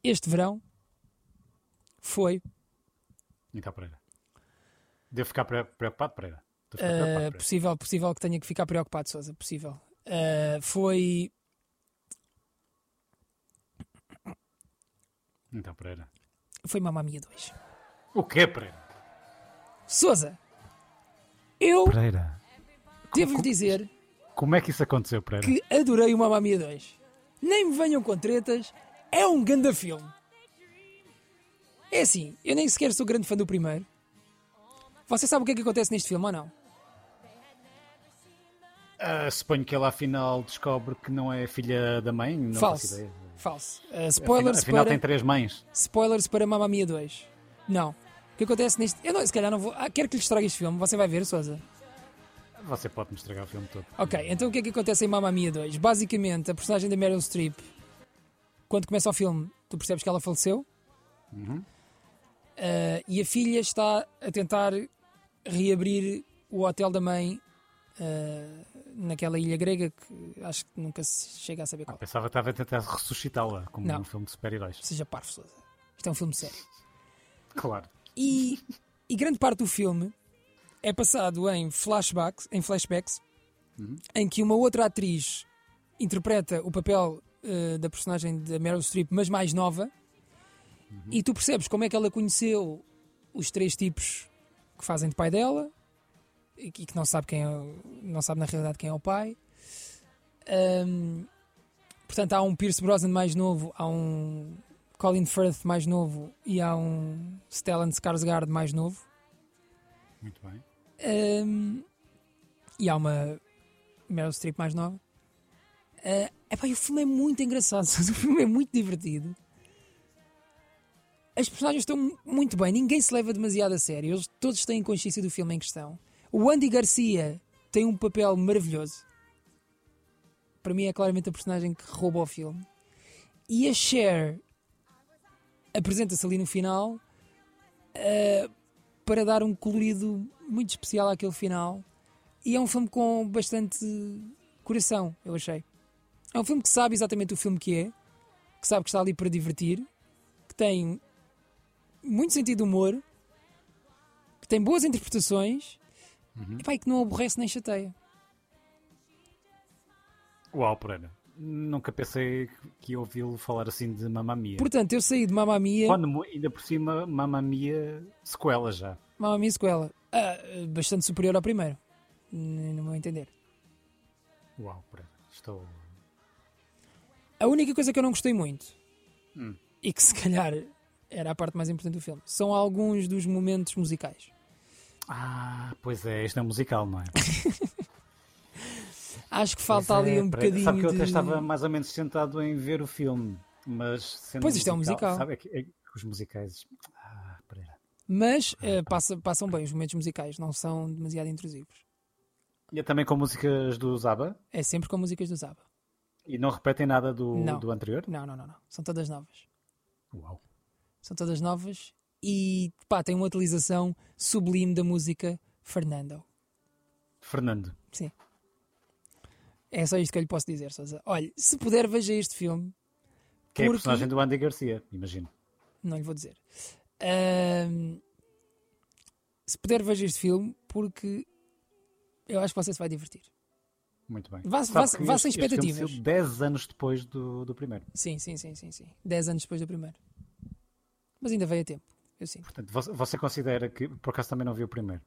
este verão foi,
Então, Pereira. Devo ficar pre- preocupado, Pereira? Devo ficar
ah,
preocupado, Pereira.
possível, possível que tenha que ficar preocupado, Sousa, possível. Ah, foi
Então, Pereira.
foi Mamma Mia 2.
O quê, Pereira?
Sousa, eu
Pereira.
devo-lhe dizer
Como é que isso aconteceu, Pereira?
que adorei o Mamma Mia 2. Nem me venham com tretas, é um grande filme. É assim, eu nem sequer sou grande fã do primeiro. Você sabe o que é que acontece neste filme ou não?
Ah, suponho que ela afinal descobre que não é filha da mãe. Não faço
Falso.
ideia.
Falso. Uh,
Afinal,
spoilers,
afinal
para,
tem três mães.
spoilers para Mamma Mia 2. Não. O que acontece neste. Eu não, se calhar não vou. Ah, quero que lhe estrague este filme. Você vai ver, Souza.
Você pode me estragar o filme todo.
Ok, então o que é que acontece em Mamma Mia 2? Basicamente, a personagem da Meryl Streep, quando começa o filme, tu percebes que ela faleceu. Uh, e a filha está a tentar reabrir o hotel da mãe uh, naquela ilha grega que acho que nunca se chega a saber qual.
Pensava que estava a tentar ressuscitá-la, como
Não.
num filme de super-heróis.
Seja parvo, Souza. Isto é um filme sério.
Claro.
E, e grande parte do filme é passado em flashbacks, em flashbacks em que uma outra atriz interpreta o papel eh, da personagem da Meryl Streep, mas mais nova, e tu percebes como é que ela conheceu os três tipos que fazem de pai dela e que e que não sabe quem é, o- não sabe na realidade quem é o pai. Ahm, portanto, há um Pierce Brosnan mais novo, há um Colin Firth mais novo e há um Stellan Skarsgård mais novo.
Muito bem.
Ahm, e há uma Meryl Streep mais nova. Ah, epá, e o filme é muito engraçado, o filme é muito divertido. As personagens estão mu- muito bem, ninguém se leva demasiado a sério, eles todos têm consciência do filme em questão. O Andy Garcia tem um papel maravilhoso. Para mim é claramente a personagem que rouba o filme. E a Cher apresenta-se ali no final para dar um colorido muito especial àquele final. E é um filme com bastante coração, eu achei. É um filme que sabe exatamente o filme que é, que sabe que está ali para divertir, que tem muito sentido de humor, que tem boas interpretações epá, e que não aborrece nem chateia.
Uau, Pereira. Nunca pensei que ia ouvi-lo falar assim de Mamma Mia.
Portanto, eu saí de Mamma Mia,
Quando mu- ainda por cima, Mamma Mia sequela já.
Mamma Mia sequela, ah, bastante superior ao primeiro, n- no meu entender.
Uau, Pereira. Estou.
A única coisa que eu não gostei muito
Hum.
e que se calhar era a parte mais importante do filme são alguns dos momentos musicais.
Ah, pois é, este é um musical, não é?
Acho que falta
Pois é,
ali um
Pereira.
bocadinho
Sabe que eu até
de...
estava mais ou menos sentado em ver o filme, mas sendo
Pois, isto é um musical.
Sabe, é que, é que os musicais. Ah, Pereira.
Mas
Ah,
eh,
tá.
passa- passam bem os momentos musicais, não são demasiado intrusivos.
E é também com músicas do Zaba
É sempre com músicas do Zaba.
e não repetem nada do,
Não.
do anterior.
Não, não, não, não. São todas novas.
Uau.
São todas novas e pá, tem uma utilização sublime da música Fernando.
Fernando.
Sim. É só isto que eu lhe posso dizer, Sousa. Olha, se puder, veja este filme.
Que é a
Porque-
personagem do Andy Garcia, imagino.
não lhe vou dizer. Ahm, se puder, veja este filme, porque eu acho que você se vai divertir.
Muito bem.
Vá-
Sabe
vá-
que
vá
este-
sem
este filme
expectativas.
saiu 10 anos depois do, do primeiro.
Sim, sim, sim, sim, sim. Dez anos depois do primeiro. Mas ainda veio a tempo, eu sinto.
Portanto, você, você considera que. Por acaso também não viu o primeiro.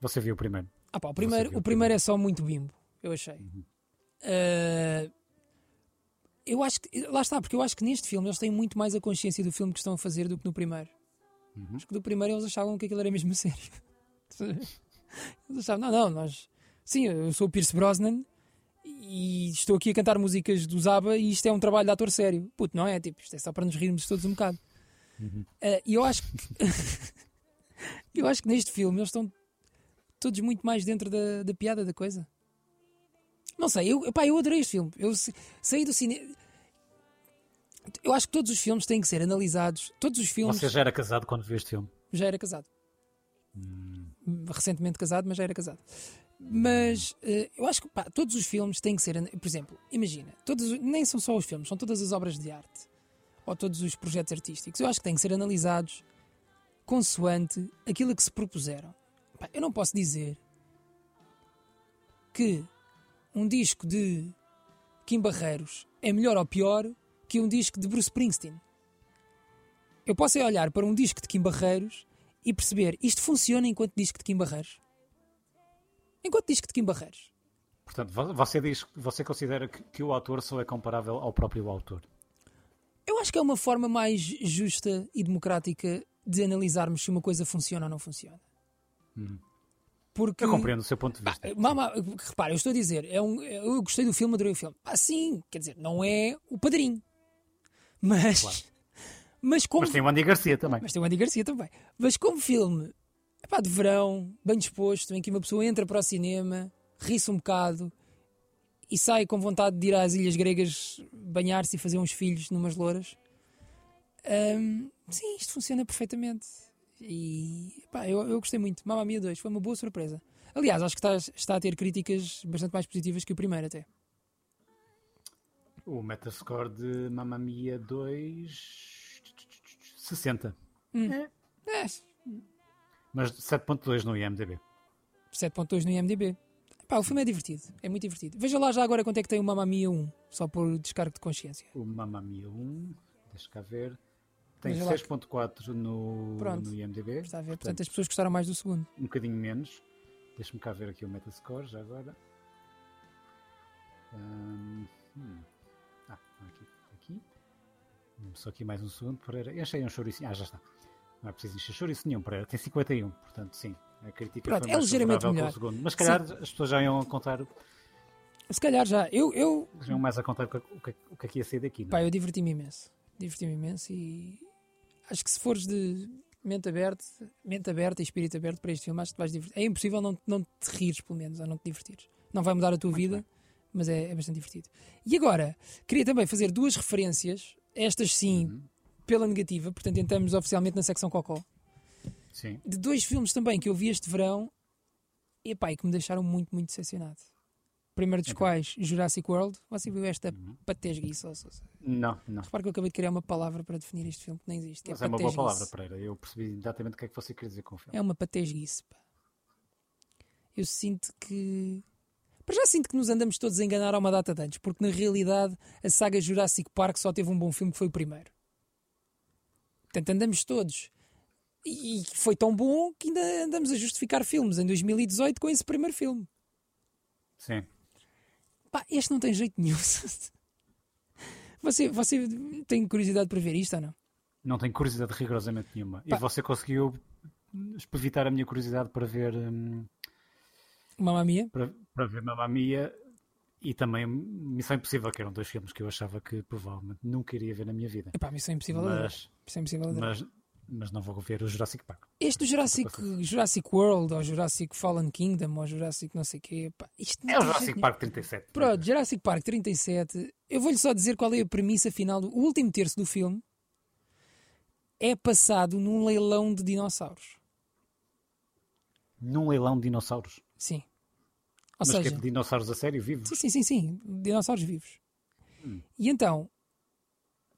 Você viu o primeiro.
Ah pá, o primeiro,
viu
o
o
primeiro é só muito bimbo, eu achei. Ah, eu acho que, lá está, porque eu acho que neste filme eles têm muito mais a consciência do filme que estão a fazer do que no primeiro. Acho que do primeiro eles achavam que aquilo era mesmo a sério. eles achavam, não, não, nós. Sim, eu sou o Pierce Brosnan e estou aqui a cantar músicas do Zaba e isto é um trabalho de ator sério. Puto, não é? Tipo, isto é só para nos rirmos todos um bocado. Ah, E eu acho que. eu acho que neste filme eles estão todos muito mais dentro da, da piada da coisa. Não sei, eu, epá, eu adorei este filme. Eu se- saí do cinema. Eu acho que todos os filmes têm que ser analisados. Todos os filmes.
Você já era casado quando viu este filme?
Já era casado. Recentemente casado, mas já era casado. Mas eh, eu acho que pá, todos os filmes têm que ser. an- Por exemplo, imagina, todos, os- nem são só os filmes, são todas as obras de arte ou todos os projetos artísticos. Eu acho que têm que ser analisados consoante aquilo a que se propuseram. Pá, eu não posso dizer que um disco de Kim Barreiros é melhor ou pior que um disco de Bruce Springsteen. Eu posso é olhar para um disco de Kim Barreiros e perceber isto funciona enquanto disco de Kim Barreiros. Enquanto disco de Kim Barreiros.
Portanto, vo- você diz você considera que, que o autor só é comparável ao próprio autor.
Eu acho que é uma forma mais justa e democrática de analisarmos se uma coisa funciona ou não funciona. Porque.
Uhum. Eu compreendo o seu ponto de vista.
Mama, repara, eu estou a dizer, é um, eu gostei do filme, adorei o filme. Ah, sim, quer dizer, não é o padrinho. Mas. Mas como
Mas tem o Andy Garcia também.
Mas tem o Andy Garcia também. Mas como filme, epá, de verão, bem disposto, em que uma pessoa entra para o cinema, ri-se um bocado e sai com vontade de ir às Ilhas Gregas banhar-se e fazer uns filhos numas louras. Ahm, sim, isto funciona perfeitamente. E epá, eu, eu gostei muito. Mamma Mia 2 foi uma boa surpresa. Aliás, acho que estás- está a ter críticas bastante mais positivas que o primeiro até.
O Metascore de Mamma Mia 2... 60.
É,
Mas 7.2 no IMDB.
7.2 no IMDB. Epá, o filme é divertido, é muito divertido. Veja lá já agora quanto é que tem o Mamma Mia 1, só por descargo de consciência.
O Mamma Mia 1, deixa cá ver, tem
Veja lá.
6.4 no,
Pronto.
no IMDB.
Está a ver? Portanto, as pessoas gostaram mais do segundo.
um bocadinho menos. Deixa-me cá ver aqui o Metascore já agora. Ahm, hum. Ah, não, aqui. aqui. Hum, Só aqui mais um segundo, Pereira. Eu achei um chouriço. Ah, já está. Não é preciso encher chouriço nenhum, Pereira. Tem 51, portanto, sim. A crítica
Pronto,
foi
é
mais
ligeiramente
favorável
melhor.
com o segundo. Mas se calhar as pessoas já iam, a contar,
Se calhar já. Eu, eu,
já iam mais a contar o que, o que, o que é que ia sair daqui. não
pá,
é?
eu diverti-me imenso. Diverti-me imenso e acho que se fores de mente aberta, mente aberta e espírito aberto para este filme, acho que te vais divertir. É impossível não, não te rires, pelo menos, ou não te divertires. Não vai mudar a tua vida, mas é, é bastante divertido. E agora, queria também fazer duas referências, estas sim, pela negativa, portanto, entramos oficialmente na secção Cocó.
Sim.
de dois filmes também que eu vi este verão epá, e que me deixaram muito, muito decepcionado. Primeiro
Então.
dos quais, Jurassic World. Você viu esta
Uhum.
patesguiça? ou seja,
Não, não.
Repare que eu acabei de criar uma palavra para definir este filme que nem existe. que
Mas é uma boa
patesguice.
palavra, Pereira. Eu percebi exatamente o que é que você quer dizer com o filme.
É uma patesguice, pá. Eu sinto que. Para já sinto que nos andamos todos a enganar há uma data de antes, porque na realidade a saga Jurassic Park só teve um bom filme que foi o primeiro. Portanto, andamos todos. E e foi tão bom que ainda andamos a justificar filmes em 2018 com esse primeiro filme.
Sim.
Pá, este não tem jeito nenhum. Você, você tem curiosidade para ver isto ou não?
Não tenho curiosidade rigorosamente nenhuma.
Pá.
E você conseguiu evitar a minha curiosidade para ver, hum,
Mamma mia?
para, para ver Mamma Mia e também Missão Impossível, que eram dois filmes que eu achava que provavelmente nunca iria ver na minha vida.
Epá, missão impossível de adorar.
Mas,
Missão impossível de adorar.
mas, mas não vou ver o Jurassic Park.
Este do Jurassic, Jurassic World ou Jurassic Fallen Kingdom ou Jurassic não sei quê, pá, isto não
É o
tem jeito
Jurassic
nenhum.
Park 37.
Pronto, Jurassic Park 37. Eu vou-lhe só dizer qual é a premissa final. Do, o último terço do filme é passado num leilão de dinossauros.
Num leilão de dinossauros.
Sim. Ou
mas que é
seja,
de dinossauros a sério, vivos.
sim, sim, sim, sim, dinossauros vivos. E então,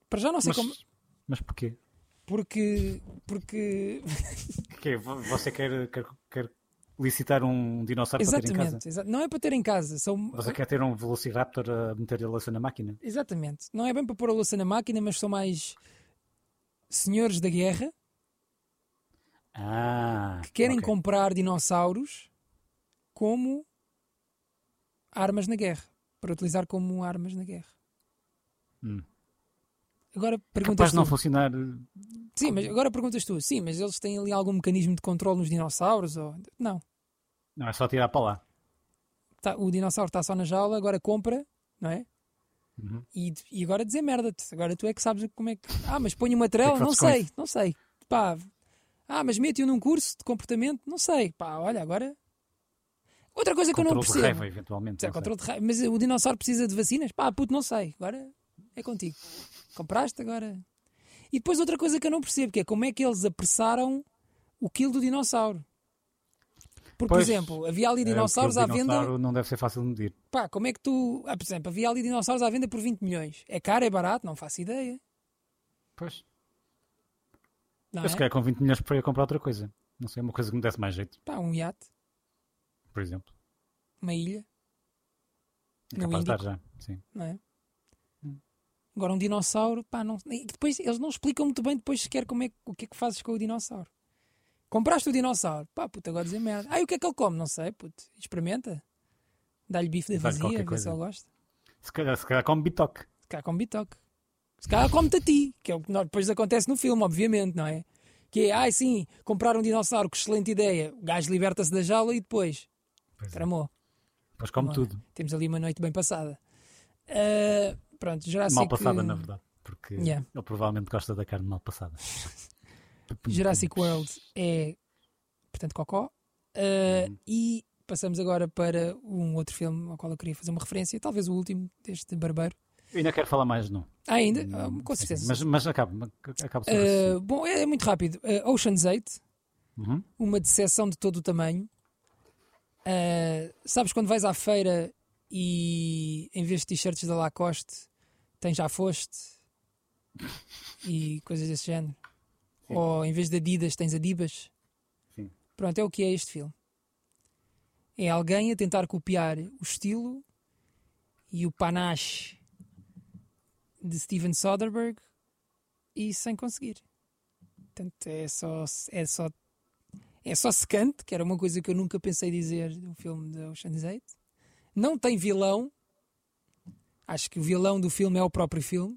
para já não sei
Hum. mas,
como.
mas porquê?
Porque. Porque.
Que é, vo- você quer, quer, quer licitar um dinossauro para ter em casa?
Exatamente. exa- Não é para ter em casa. São...
Você quer ter um Velociraptor a meter ele na máquina?
Exatamente. Não é bem para pôr a louça na máquina, mas são mais senhores da guerra
Ah,
que querem
ok.
comprar dinossauros como armas na guerra. Para utilizar como armas na guerra.
Hum.
Agora perguntas
capaz de não
tu.
funcionar.
Sim, mas agora perguntas tu. Sim, mas eles têm ali algum mecanismo de controle nos dinossauros? Ou... Não.
Não, é só tirar para lá.
Tá- o dinossauro está só na jaula, agora compra, não é?
Uhum.
E, e agora dizer merda-te. Agora tu é que sabes como é que. Ah, mas ponho uma trela?
O que é que
não
fazes com
sei, não sei. Pá. Ah, mas mete-o num curso de comportamento? Não sei. Pá, olha, agora. Outra coisa que eu não
Controlo de
percebo.
raiva, eventualmente.
Isso é
não sei.
controle de raiva. Mas o dinossauro precisa de vacinas? Pá, puto, não sei. Agora é contigo. Compraste agora. E depois outra coisa que eu não percebo, que é como é que eles apressaram o quilo do dinossauro. Porque, por
Pois,
exemplo, havia ali
É, o que
dinossauros
o
à venda.
dinossauro Não deve ser fácil de medir.
Pá, como é que tu. Ah, por exemplo, havia ali dinossauros à venda por 20 milhões. É caro, é barato? Não faço ideia.
Pois.
Não
eu se
é?
calhar com 20 milhões para comprar outra coisa. Não sei, uma coisa que me desse mais jeito,
Pá, um iate,
por exemplo.
uma ilha.
É
No
capaz de dar
Índico.
já. Sim.
não é? Agora um dinossauro, pá, não, e que depois eles não explicam muito bem depois sequer como é, que- o que é que fazes com o dinossauro. Compraste o dinossauro, pá, puto, agora dizer merda. Ah, e o que é que ele come? Não sei, puto. Experimenta. Dá-lhe bife da
Dá-lhe
vazia,
qualquer
vê se
coisa.
ele gosta.
Se calhar, se calhar como bitoque.
Se calhar come bitoque. Se calhar come-te a ti, que é o que nós- depois acontece no filme, obviamente, não é? Que é, ai sim, comprar um dinossauro, que excelente ideia. O gajo liberta-se da jaula e depois,
Pois, é.
tramou.
Pois como
Não é?
tudo.
Temos ali uma noite bem passada. Ah, pronto, Jurassic...
Mal passada,
eh,
na verdade. Porque
Yeah.
ele provavelmente gosta da carne mal passada.
Jurassic World é, portanto, Cocó.
Uhum.
Uh, E passamos agora para um outro filme ao qual eu queria fazer uma referência, talvez o último deste Barbeiro.
Eu ainda quero falar mais, não.
Ah, ainda?
Hum,
Ah, com
sim,
certeza.
Mas, mas acabo. mas acabo sobre
Uh,
isso.
bom, é, é muito rápido. Uh, Ocean's 8,
Uhum.
uma decepção de todo o tamanho. Uh, sabes quando vais à feira e em vez de t-shirts da Lacoste tens já foste e coisas desse género? Ou em vez de Adidas tens Adibas?
Sim.
Pronto, é o que é este filme. É alguém a tentar copiar o estilo e o panache de Steven Soderbergh e sem conseguir. Portanto, é só, é só, é só secante, que era uma coisa que eu nunca pensei dizer de um filme de Ocean's 8. Não tem vilão. Acho que o vilão do filme é o próprio filme.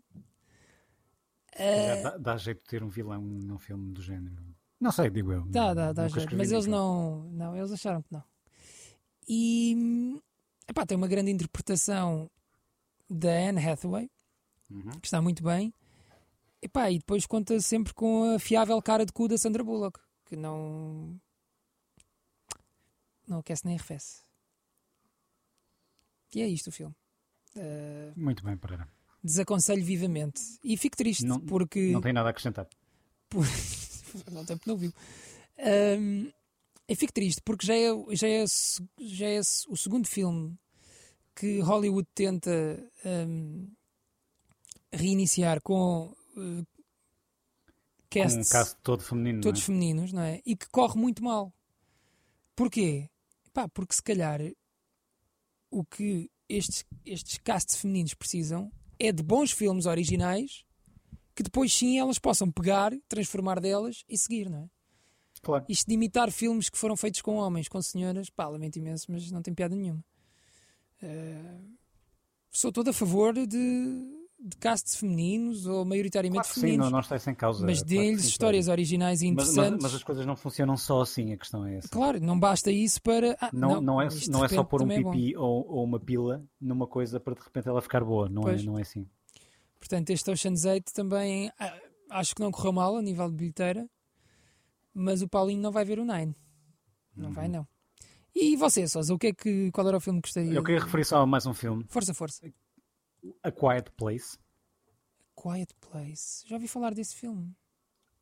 É.
Dá, dá jeito de ter um vilão num filme do género. Não sei, digo eu.
Dá, dá, dá jeito.
Nunca escrevi
Mas eles
nenhum.
não, não, eles acharam que não. E hum, epá, tem uma grande interpretação da Anne Hathaway,
Uhum.
que está muito bem. Epá, e depois conta sempre com a fiável cara de cu da Sandra Bullock, que não. não aquece nem arrefece. E é isto o filme. Ah,
Muito bem, Pereira.
desaconselho vivamente. E fico triste,
Não-
porque.
Não tem nada a acrescentar.
Por... Não tempo não viu. Ahm, eu fico triste porque já é, já, é, se- já é se- o segundo filme que Hollywood tenta ahm, reiniciar com eh,
Com um
casts
caso todo feminino. não é?
todos femininos, não é? E que corre muito mal. Porquê? Pá, porque se calhar o que estes, estes casts femininos precisam é de bons filmes originais que depois sim elas possam pegar, transformar delas e seguir, não é?
Claro.
Isto de imitar filmes que foram feitos com homens, com senhoras, pá, lamento imenso, mas não tem piada nenhuma. Eh, sou todo a favor de, de casts femininos ou maioritariamente
Claro que sim,
femininos.
não, não está sem causa.
Mas
é, claro que
deem-lhes
sim,
histórias
claro.
originais e
mas,
interessantes.
mas, mas as coisas não funcionam só assim, a questão é essa.
Claro, não basta isso para. Ah,
Não, não, é,
isto de
não é só
repente
pôr um
também é bom.
pipi ou, ou uma pila numa coisa para de repente ela ficar boa, não, é,
Pois.
não é assim.
Portanto, este Ocean's 8 também ah, acho que não correu mal a nível de bilheteira, mas o Paulinho não vai ver o Nine. Não vai,
Uhum.
não. E você, Sousa, o que é que. Qual era o filme que gostaria?
Eu queria referir só a mais um filme,
Força, força.
A Quiet Place.
Quiet Place. Já ouvi falar desse filme.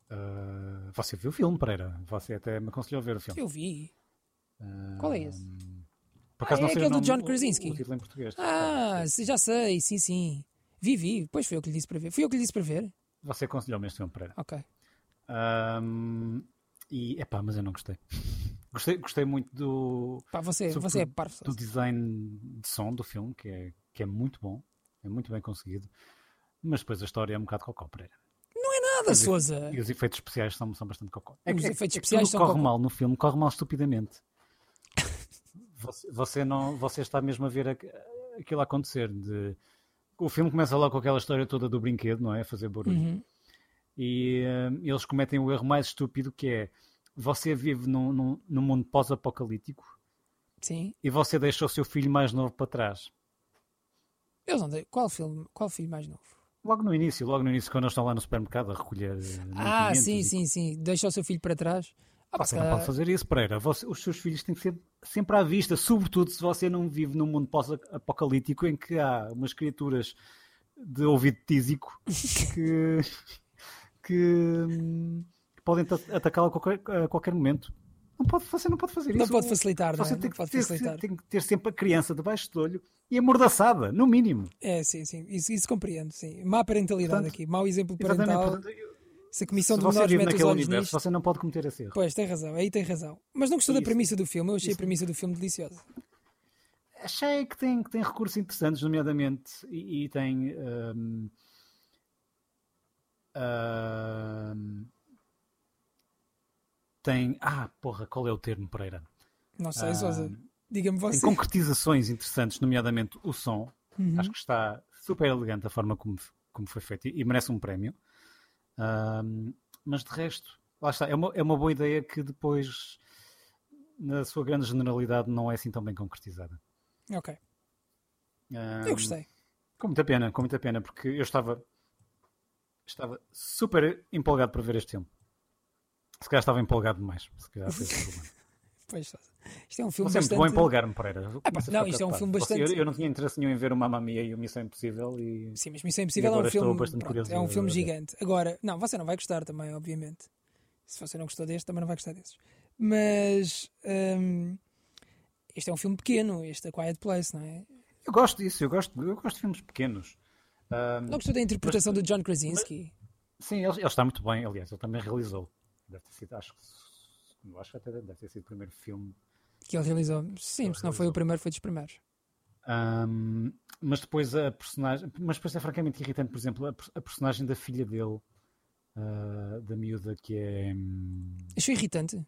Ah, você viu o filme, Pereira? Você até me aconselhou a ver o filme.
Eu vi. Qual é esse?
Por acaso
Ah,
não
é
sei
aquele
o
do
nome-
John
o-
Krasinski.
O, título em português.
Ah, se- já sei, sim, sim. Vi, vi. Pois foi eu que lhe disse para ver. Fui eu que lhe disse para ver?
Você aconselhou-me este filme, Pereira.
Ok.
Ah, e, epá, mas eu não gostei. Gostei, gostei muito do,
Pá, você,
Sobretudo
você é parvo.
do
Sousa.
design de som do filme, que é, que é muito bom, é muito bem conseguido, mas depois a história é um bocado cocó, Pereira. tipo
Nada, Sousa.
E os efeitos especiais são, são bastante cocó. É,
Os
que- é,
efeitos
é que
especiais
tudo
são
corre
cocó.
mal no filme, corre mal estupidamente. Você, você não, você está mesmo a ver a- aquilo a acontecer. De, o filme começa logo com aquela história toda do brinquedo, não é? A fazer barulho.
Uhum.
E hum, eles cometem o erro mais estúpido que é você vive num, num, num mundo pós-apocalíptico
Sim.
e você deixa o seu filho mais novo para trás.
Eu não dei. Qual filme, qual filme mais novo?
Logo no início, logo no início, quando eles estão lá no supermercado a recolher. eh,
Ah,
mantimentos
sim,
e-
sim, sim. Deixa o seu filho para trás. Ah, pá, se
Você não
calhar-
pode fazer isso, Pereira. Você- os seus filhos têm que ser sempre à vista, sobretudo se você não vive num mundo pós-apocalíptico em que há umas criaturas de ouvido tísico que, que, hum, que podem ta- atacá-la a qualquer, a qualquer momento. Não pode, você não pode fazer
Não
isso.
pode facilitar, não é?
Você
Não
tem, que
pode
ter,
facilitar.
tem que ter sempre a criança debaixo do olho e amordaçada, no mínimo.
É, sim, sim. Isso, isso compreendo, sim. Má parentalidade
Portanto,
aqui, mau exemplo
Exatamente.
parental.
portanto, eu-
Se a comissão
se
de
você
menores
vive
mete os
naquele
olhos
universo,
nisto.
você não pode cometer esse erro.
Pois, tem razão, aí tem razão. Mas não gostou
É
da
isso.
premissa do filme, eu achei a premissa do filme deliciosa.
Achei que tem, que tem recursos interessantes, nomeadamente, e, e tem. hum, hum, tem. Ah, porra, qual é o termo, Pereira?
Não sei, Sousa. Diga-me
Ah, Tem
você.
concretizações interessantes, nomeadamente o som.
Uhum.
Acho que está super elegante a forma como, como foi feito e, e merece um prémio. Ahm, mas de resto, lá está. É uma, é uma boa ideia que depois, na sua grande generalidade, não é assim tão bem concretizada.
Ok,
Ahm,
eu gostei.
Com muita pena, com muita pena, porque eu estava, estava super empolgado para ver este filme. Se calhar estava empolgado demais. Se calhar foi esse o problema.
Pois, Sousa. Isto é um filme
Você é muito
bastante...
bom empolgar-me, Pereira. Eu
pá,
começo a
não,
ficar
isto é um
preocupado.
filme
Você- eu-
bastante-
Eu, não tinha interesse nenhum em ver o Mamma Mia e o Missão Impossível e...
Sim, mas Missão Impossível é
agora
um
estou
filme,
bastante
pronto,
curioso
é um
de-
filme
de ver.
gigante. Agora, não, você não vai gostar também, obviamente. Se você não gostou deste, também não vai gostar desses. Mas hum, este é um filme pequeno, este A Quiet Place, não é?
Eu gosto disso, eu gosto, eu gosto de filmes pequenos. Ahm,
Não gostou da interpretação do John Krasinski?
sim, ele, ele está muito bem, aliás, ele também realizou. Deve ter sido, acho que... eu Acho que até deve ter sido o primeiro filme
Que ele realizou. Sim, se não
Ele
foi
realizou.
o primeiro, foi dos primeiros.
Ahm, mas depois a personagem. Mas depois é francamente irritante, por exemplo, a, per- a personagem da filha dele, ah, da miúda, que é. hum,
Achou irritante.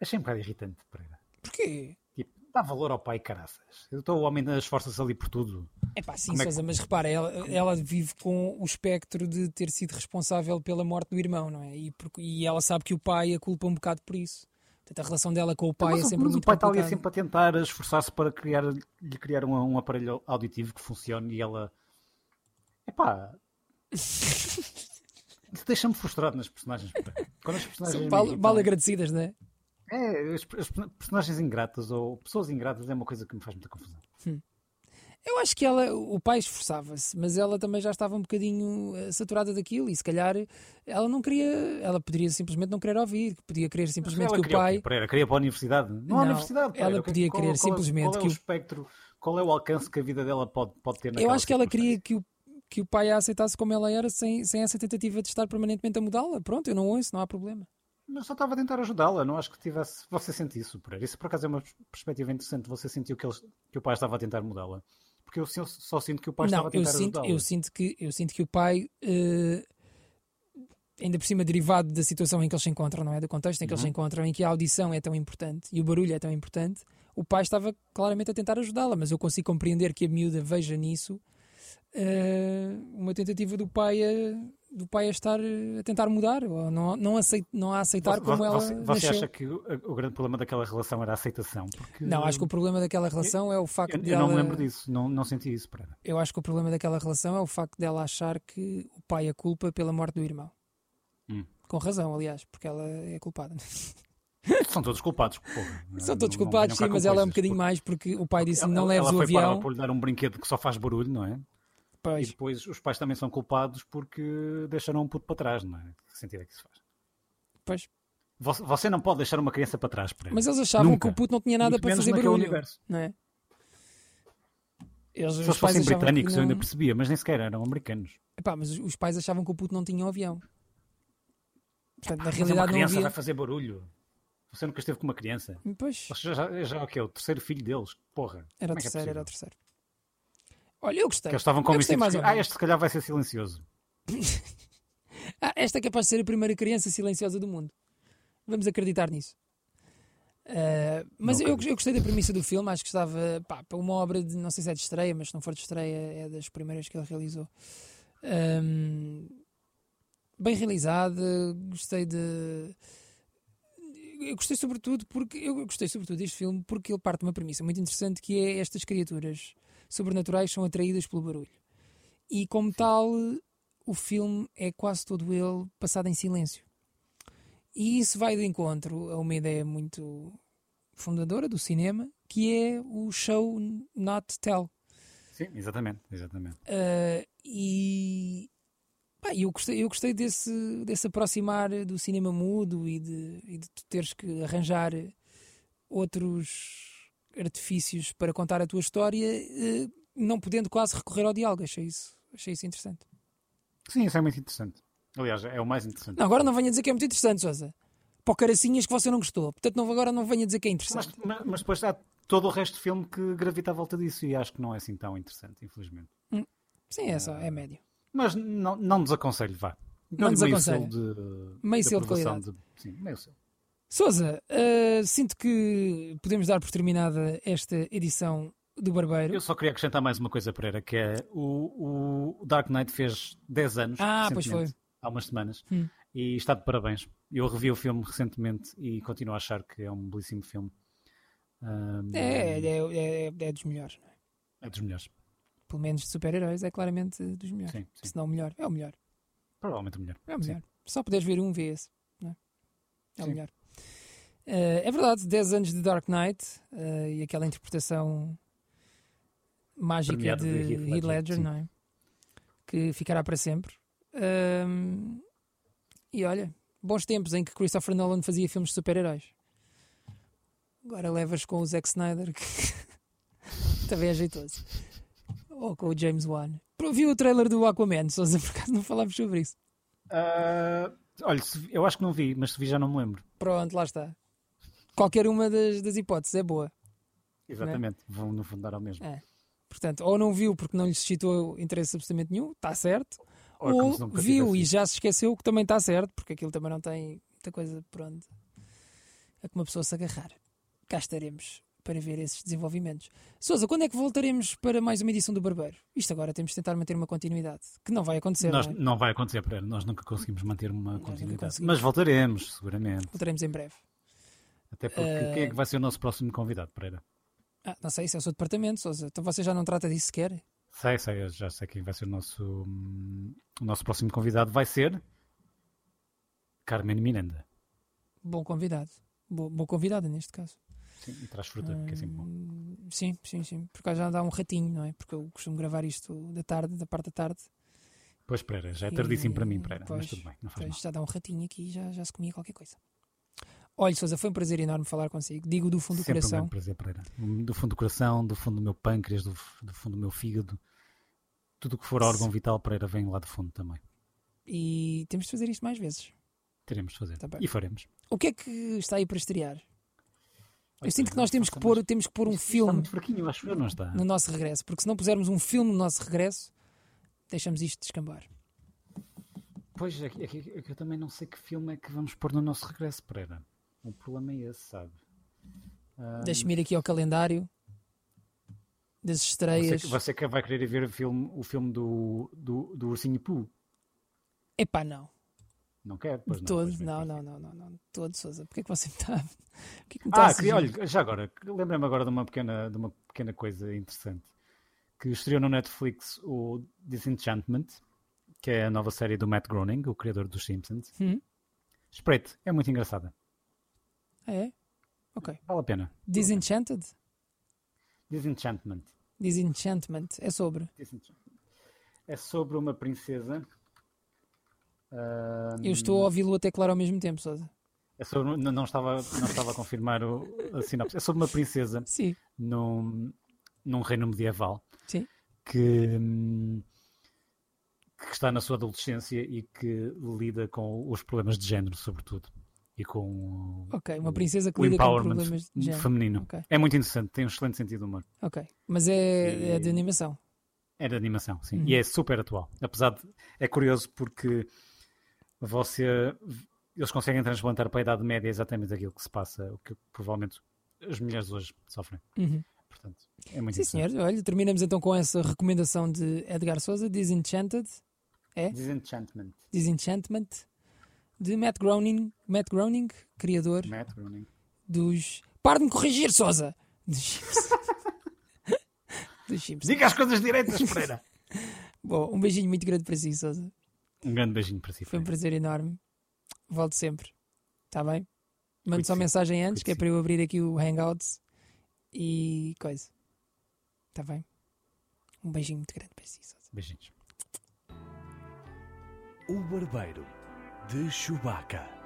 Achei um bocado irritante, Pereira.
Porquê?
Tipo, dá valor ao pai, caraças. Eu estou o homem das forças ali por tudo.
É pá, sim,
Como é que-
Sousa, mas repara, ela, ela vive com o espectro de ter sido responsável pela morte do irmão, não é? E, por- e ela sabe que o pai a culpa um bocado por isso. Portanto, a relação dela com o pai
Então, mas,
é
o-
sempre
mas o
muito
pai está ali
complicada.
sempre a tentar esforçar-se para criar, lhe criar um, um aparelho auditivo que funcione e ela. Epá. Isso deixa-me frustrado nas personagens. Pereira. Quando as personagens
São
me
mal,
irritam-
mal agradecidas, não é?
É, as, as person- personagens ingratas ou pessoas ingratas é uma coisa que me faz muita confusão.
Eu acho que ela, o pai esforçava-se, mas ela também já estava um bocadinho eh, saturada daquilo e se calhar ela não queria, ela poderia simplesmente não querer ouvir, podia querer simplesmente
ela
que o
queria
pai.
quê, Pereira? Queria para a universidade? Não,
Não,
há universidade. Pereira.
ela
O que é que-
podia
qual-
querer
qual é-
simplesmente
Qual é
que
o
o-
espectro, qual é o alcance que a vida dela pode, pode ter
Eu
naquela
acho que ela queria
circunstância?
que o, que o pai a aceitasse como ela era sem, sem essa tentativa de estar permanentemente a mudá-la. Pronto, eu não ouço, não há problema.
Mas só estava a tentar ajudá-la, não acho que tivesse. Você sente isso, Pereira. Isso por acaso é uma perspectiva interessante. Você sentiu que, eles- que o pai estava a tentar mudá-la. Porque eu só- só sinto que o pai estava
não,
a
eu
tentar
sinto,
ajudá-la.
eu, sinto que, eu sinto que o pai, eh, ainda por cima derivado da situação em que eles se encontram, não é? Do contexto em que eles
Uhum.
se encontram, em que a audição é tão importante e o barulho é tão importante, o pai estava claramente a tentar ajudá-la, mas eu consigo compreender que a miúda veja nisso eh, uma tentativa do pai a. Do pai a estar eh, a tentar mudar, ou não, não, aceit, não a aceitar
Você-
como ela
você, você
nasceu.
acha que o, o grande problema daquela relação era a aceitação? Porque
Não, acho que o problema daquela relação é o facto
eu,
de
eu
ela...
não me lembro disso, não, não senti isso, Pereira.
Eu acho que o problema daquela relação é o facto dela achar que o pai a culpa pela morte do irmão.
Hum.
Com razão, aliás, porque ela é culpada.
São todos culpados, porra.
São todos
Não- não
culpados,
venham
sim,
cá
mas
com
ela é um
coisas,
bocadinho
porque
mais porque o pai disse
ela-
não leves
ela
o
foi para lá
avião.
por lhe dar um brinquedo que só faz barulho, não é? E
Pois,
depois os pais também são culpados porque deixaram um puto para trás, não é? Que sentido é que isso faz?
pois.
Você, você não pode deixar uma criança para trás, Pereira.
Mas eles achavam
Nunca.
que o puto não tinha nada
Muito
para
menos
fazer
naquele
barulho.
universo.
Não é? Eles,
Se
os
eles
pais
fossem
achavam que
britânicos, eu ainda
não-
percebia, mas nem sequer eram americanos.
Epá, mas os- os pais achavam que o puto não tinha um avião. Portanto, na
Mas é uma
realidade não
criança
havia.
vai fazer barulho. Você nunca esteve com uma criança.
Pois.
Você Já, já, já é o quê? O terceiro filho deles? Porra.
Era o
Como é que é
terceiro, era
possível?
o terceiro. Olha, eu gostei.
Que eles estavam
Eu gostei
convencidos
mais
que,
ou
ah,
menos.
este se calhar vai ser silencioso.
Ah, esta é capaz de ser a primeira criança silenciosa do mundo. Vamos acreditar nisso. Ah, mas
Não
eu,
acredito.
eu gostei da premissa do filme, acho que estava pá, para uma obra de não sei se é de estreia, mas se não for de estreia é das primeiras que ele realizou. Ahm, bem realizada, gostei de. Eu gostei sobretudo porque eu gostei sobretudo deste filme porque ele parte de uma premissa muito interessante que é estas criaturas sobrenaturais são atraídas pelo barulho. E como tal, o filme é quase todo ele passado em silêncio. E isso vai de encontro a uma ideia muito fundadora do cinema, que é o show Not Tell.
Sim, exatamente, exatamente.
Uh, e pá, eu gostei, eu gostei desse, desse aproximar do cinema mudo e de, e de tu teres que arranjar outros artifícios para contar a tua história, eh, não podendo quase recorrer ao diálogo. Achei isso, achei isso interessante.
Sim, isso é muito interessante. Aliás, é o mais interessante.
Não, agora não venha dizer que é muito interessante, Sousa. Para o caracinhas que você não gostou. Portanto, não, agora não venha dizer que é
Mas,
interessante.
mas, mas depois há todo o resto do filme que gravita à volta disso e acho que não é assim tão interessante, infelizmente.
Sim, é
Ah.
só, é médio.
Mas não, não desaconselho, vá.
Não
Dou-lhe
desaconselho.
Meio selo de,
Meio selo de
aprovação
qualidade.
de- sim, meio selo.
Sousa, eh, sinto que podemos dar por terminada esta edição do Barbeiro.
Eu só queria acrescentar mais uma coisa, Pereira, que é o, o Dark Knight fez 10 anos.
Ah, pois
recentemente, Há umas semanas.
Hum.
E está de parabéns. Eu revi o filme recentemente e continuo a achar que é um belíssimo filme. Ahm,
É, é, é, é- é dos melhores. não é?
é dos melhores.
Pelo menos de super-heróis é claramente dos melhores.
Sim, sim.
Se não o melhor, é o melhor.
Provavelmente o melhor.
É o
Sim.
melhor. Só poderes ver um, vê esse. Não é? É o
Sim.
melhor. Eh, é verdade, 10 anos de Dark Knight eh, e aquela interpretação mágica
Premiada
de
de
Heath
Heath
Ledger,
Ledger, sim.
não é? Que ficará para sempre. Ahm, e olha, bons tempos em que Christopher Nolan fazia filmes de super-heróis. Agora levas com o Zack Snyder, que também é ajeitoso. Ou com o James Wan. Viu o trailer do Aquaman, só por acaso não falámos sobre isso.
Ah, olha, se- eu acho que não vi, mas se vi já não me lembro.
Pronto, lá está. Qualquer uma das, das hipóteses é boa.
Exatamente. Vão no fundo dar ao mesmo.
É. Portanto, ou não viu porque não lhe suscitou interesse absolutamente nenhum, está certo.
Ou é
Ou,
como se nunca
viu
tivesse
e
visto.
já se esqueceu que também está certo, porque aquilo também não tem muita coisa por onde a que uma pessoa se agarrar. Cá estaremos para ver esses desenvolvimentos. Souza, quando é que voltaremos para mais uma edição do Barbeiro? Isto agora temos de tentar manter uma continuidade, que não vai acontecer.
Nós,
não é?
não vai acontecer, Pereira. Nós nunca conseguimos manter uma
nunca
continuidade.
conseguimos.
Mas voltaremos, seguramente.
Voltaremos em breve.
Até porque quem é que vai ser o nosso próximo convidado, Pereira?
Ah, não sei, isso é o seu departamento, Souza. Então você já não trata disso sequer?
Sei, sei, eu já sei quem vai ser o nosso, hum, o nosso próximo convidado. Vai ser Carmen Miranda.
Bom convidado. Bo- boa convidada neste caso.
Sim, e traz fruta, que é sempre
Ah,
bom.
Hum, Sim, sim, sim. Por acaso já dá um ratinho, não é? Porque eu costumo gravar isto da tarde, da parte da tarde.
Pois, Pereira, já é
e-
tardíssimo para mim, Pereira,
pois,
mas tudo bem, não faz
pois, já dá um ratinho aqui, já, já se comia qualquer coisa. Olha, Sousa, foi um prazer enorme falar consigo. Digo do
mal.
fundo do
sempre um
coração.
grande prazer, Pereira. Do fundo do coração, do fundo do meu pâncreas, do, f- do fundo do meu fígado. Tudo o que for órgão vital, Pereira, vem lá do fundo também.
E temos de fazer isto mais vezes.
Teremos de fazer.
Tá bem.
e faremos.
O que é que está aí para estrear?
Olha,
Eu sinto que
Pereira,
nós temos que
está-
pôr, temos que pôr um
isto Está
filme
muito fraquinho, acho eu, não está?
no nosso regresso, porque se não pusermos um filme no nosso regresso, deixamos isto descambar.
Pois, é que, é que- é que eu também não sei que filme é que vamos pôr no nosso regresso, Pereira. O problema é esse, sabe? Ah,
Deixa-me ir aqui ao calendário das
você,
estreias.
que- você que vai querer ir ver o filme, o filme do, do, do Ursinho Pooh?
Epá, não.
Não quer? Pois
De
não,
todo,
pois bem,
não,
pois
não, não, não, não, de todo, Souza. Porquê que você me está. Porquê que me está
Ah,
a
queria,
sugerir?
olha, já agora, lembrei-me agora de uma, pequena, de uma pequena coisa interessante. Que estreou no Netflix o Disenchantment, que é a nova série do Matt Groening, o criador dos Simpsons.
Hum.
Espreite, é muito engraçada.
Ah, é? Ok.
Vale a pena.
Disenchanted?
Disenchantment.
Disenchantment. É sobre.
Disenchantment. É sobre uma princesa. ah,
Eu estou a ouvi-lo até claro ao mesmo tempo, Souza.
é sobre- não, não estava, não estava a confirmar o, a sinopse. É sobre uma princesa
Sim.
num, num reino medieval
Sim.
que, hum, que está na sua adolescência e que lida com os problemas de género, sobretudo, e com o-
Ok. Uma princesa que
o
lida com
Hum. empowerment
problemas de género.
feminino.
Ok.
É muito interessante, tem um excelente sentido de humor.
Ok. Mas é, é de
E-
animação.
É de animação, sim.
Uhum.
E é super atual. Apesar de. É curioso porque você. Eles conseguem transplantar para a Idade Média exatamente aquilo que se passa, o que provavelmente as mulheres hoje sofrem.
Uhum.
Portanto, é muito
Sim,
interessante.
senhor. Olha, terminamos então com essa recomendação de Edgar Souza, Disenchanted,
Disenchantment.
Disenchantment, de Matt Groening, Matt Groening criador
Matt Groening.
dos. Para de me corrigir, Souza! Dos Chips. dos Chips.
Diga as coisas direitas, Pereira!
Bom, um beijinho muito grande para si, Souza.
um grande beijinho para si.
Foi um
Pereira.
prazer enorme. Volto sempre. Está Tá bem? Mande só
Cuide-se.
mensagem antes, que é
Cuide-se.
para eu abrir aqui o Hangouts e coisa. Está bem? Um beijinho muito grande para si. Sousa.
Beijinhos.
O barbeiro de Chewbacca.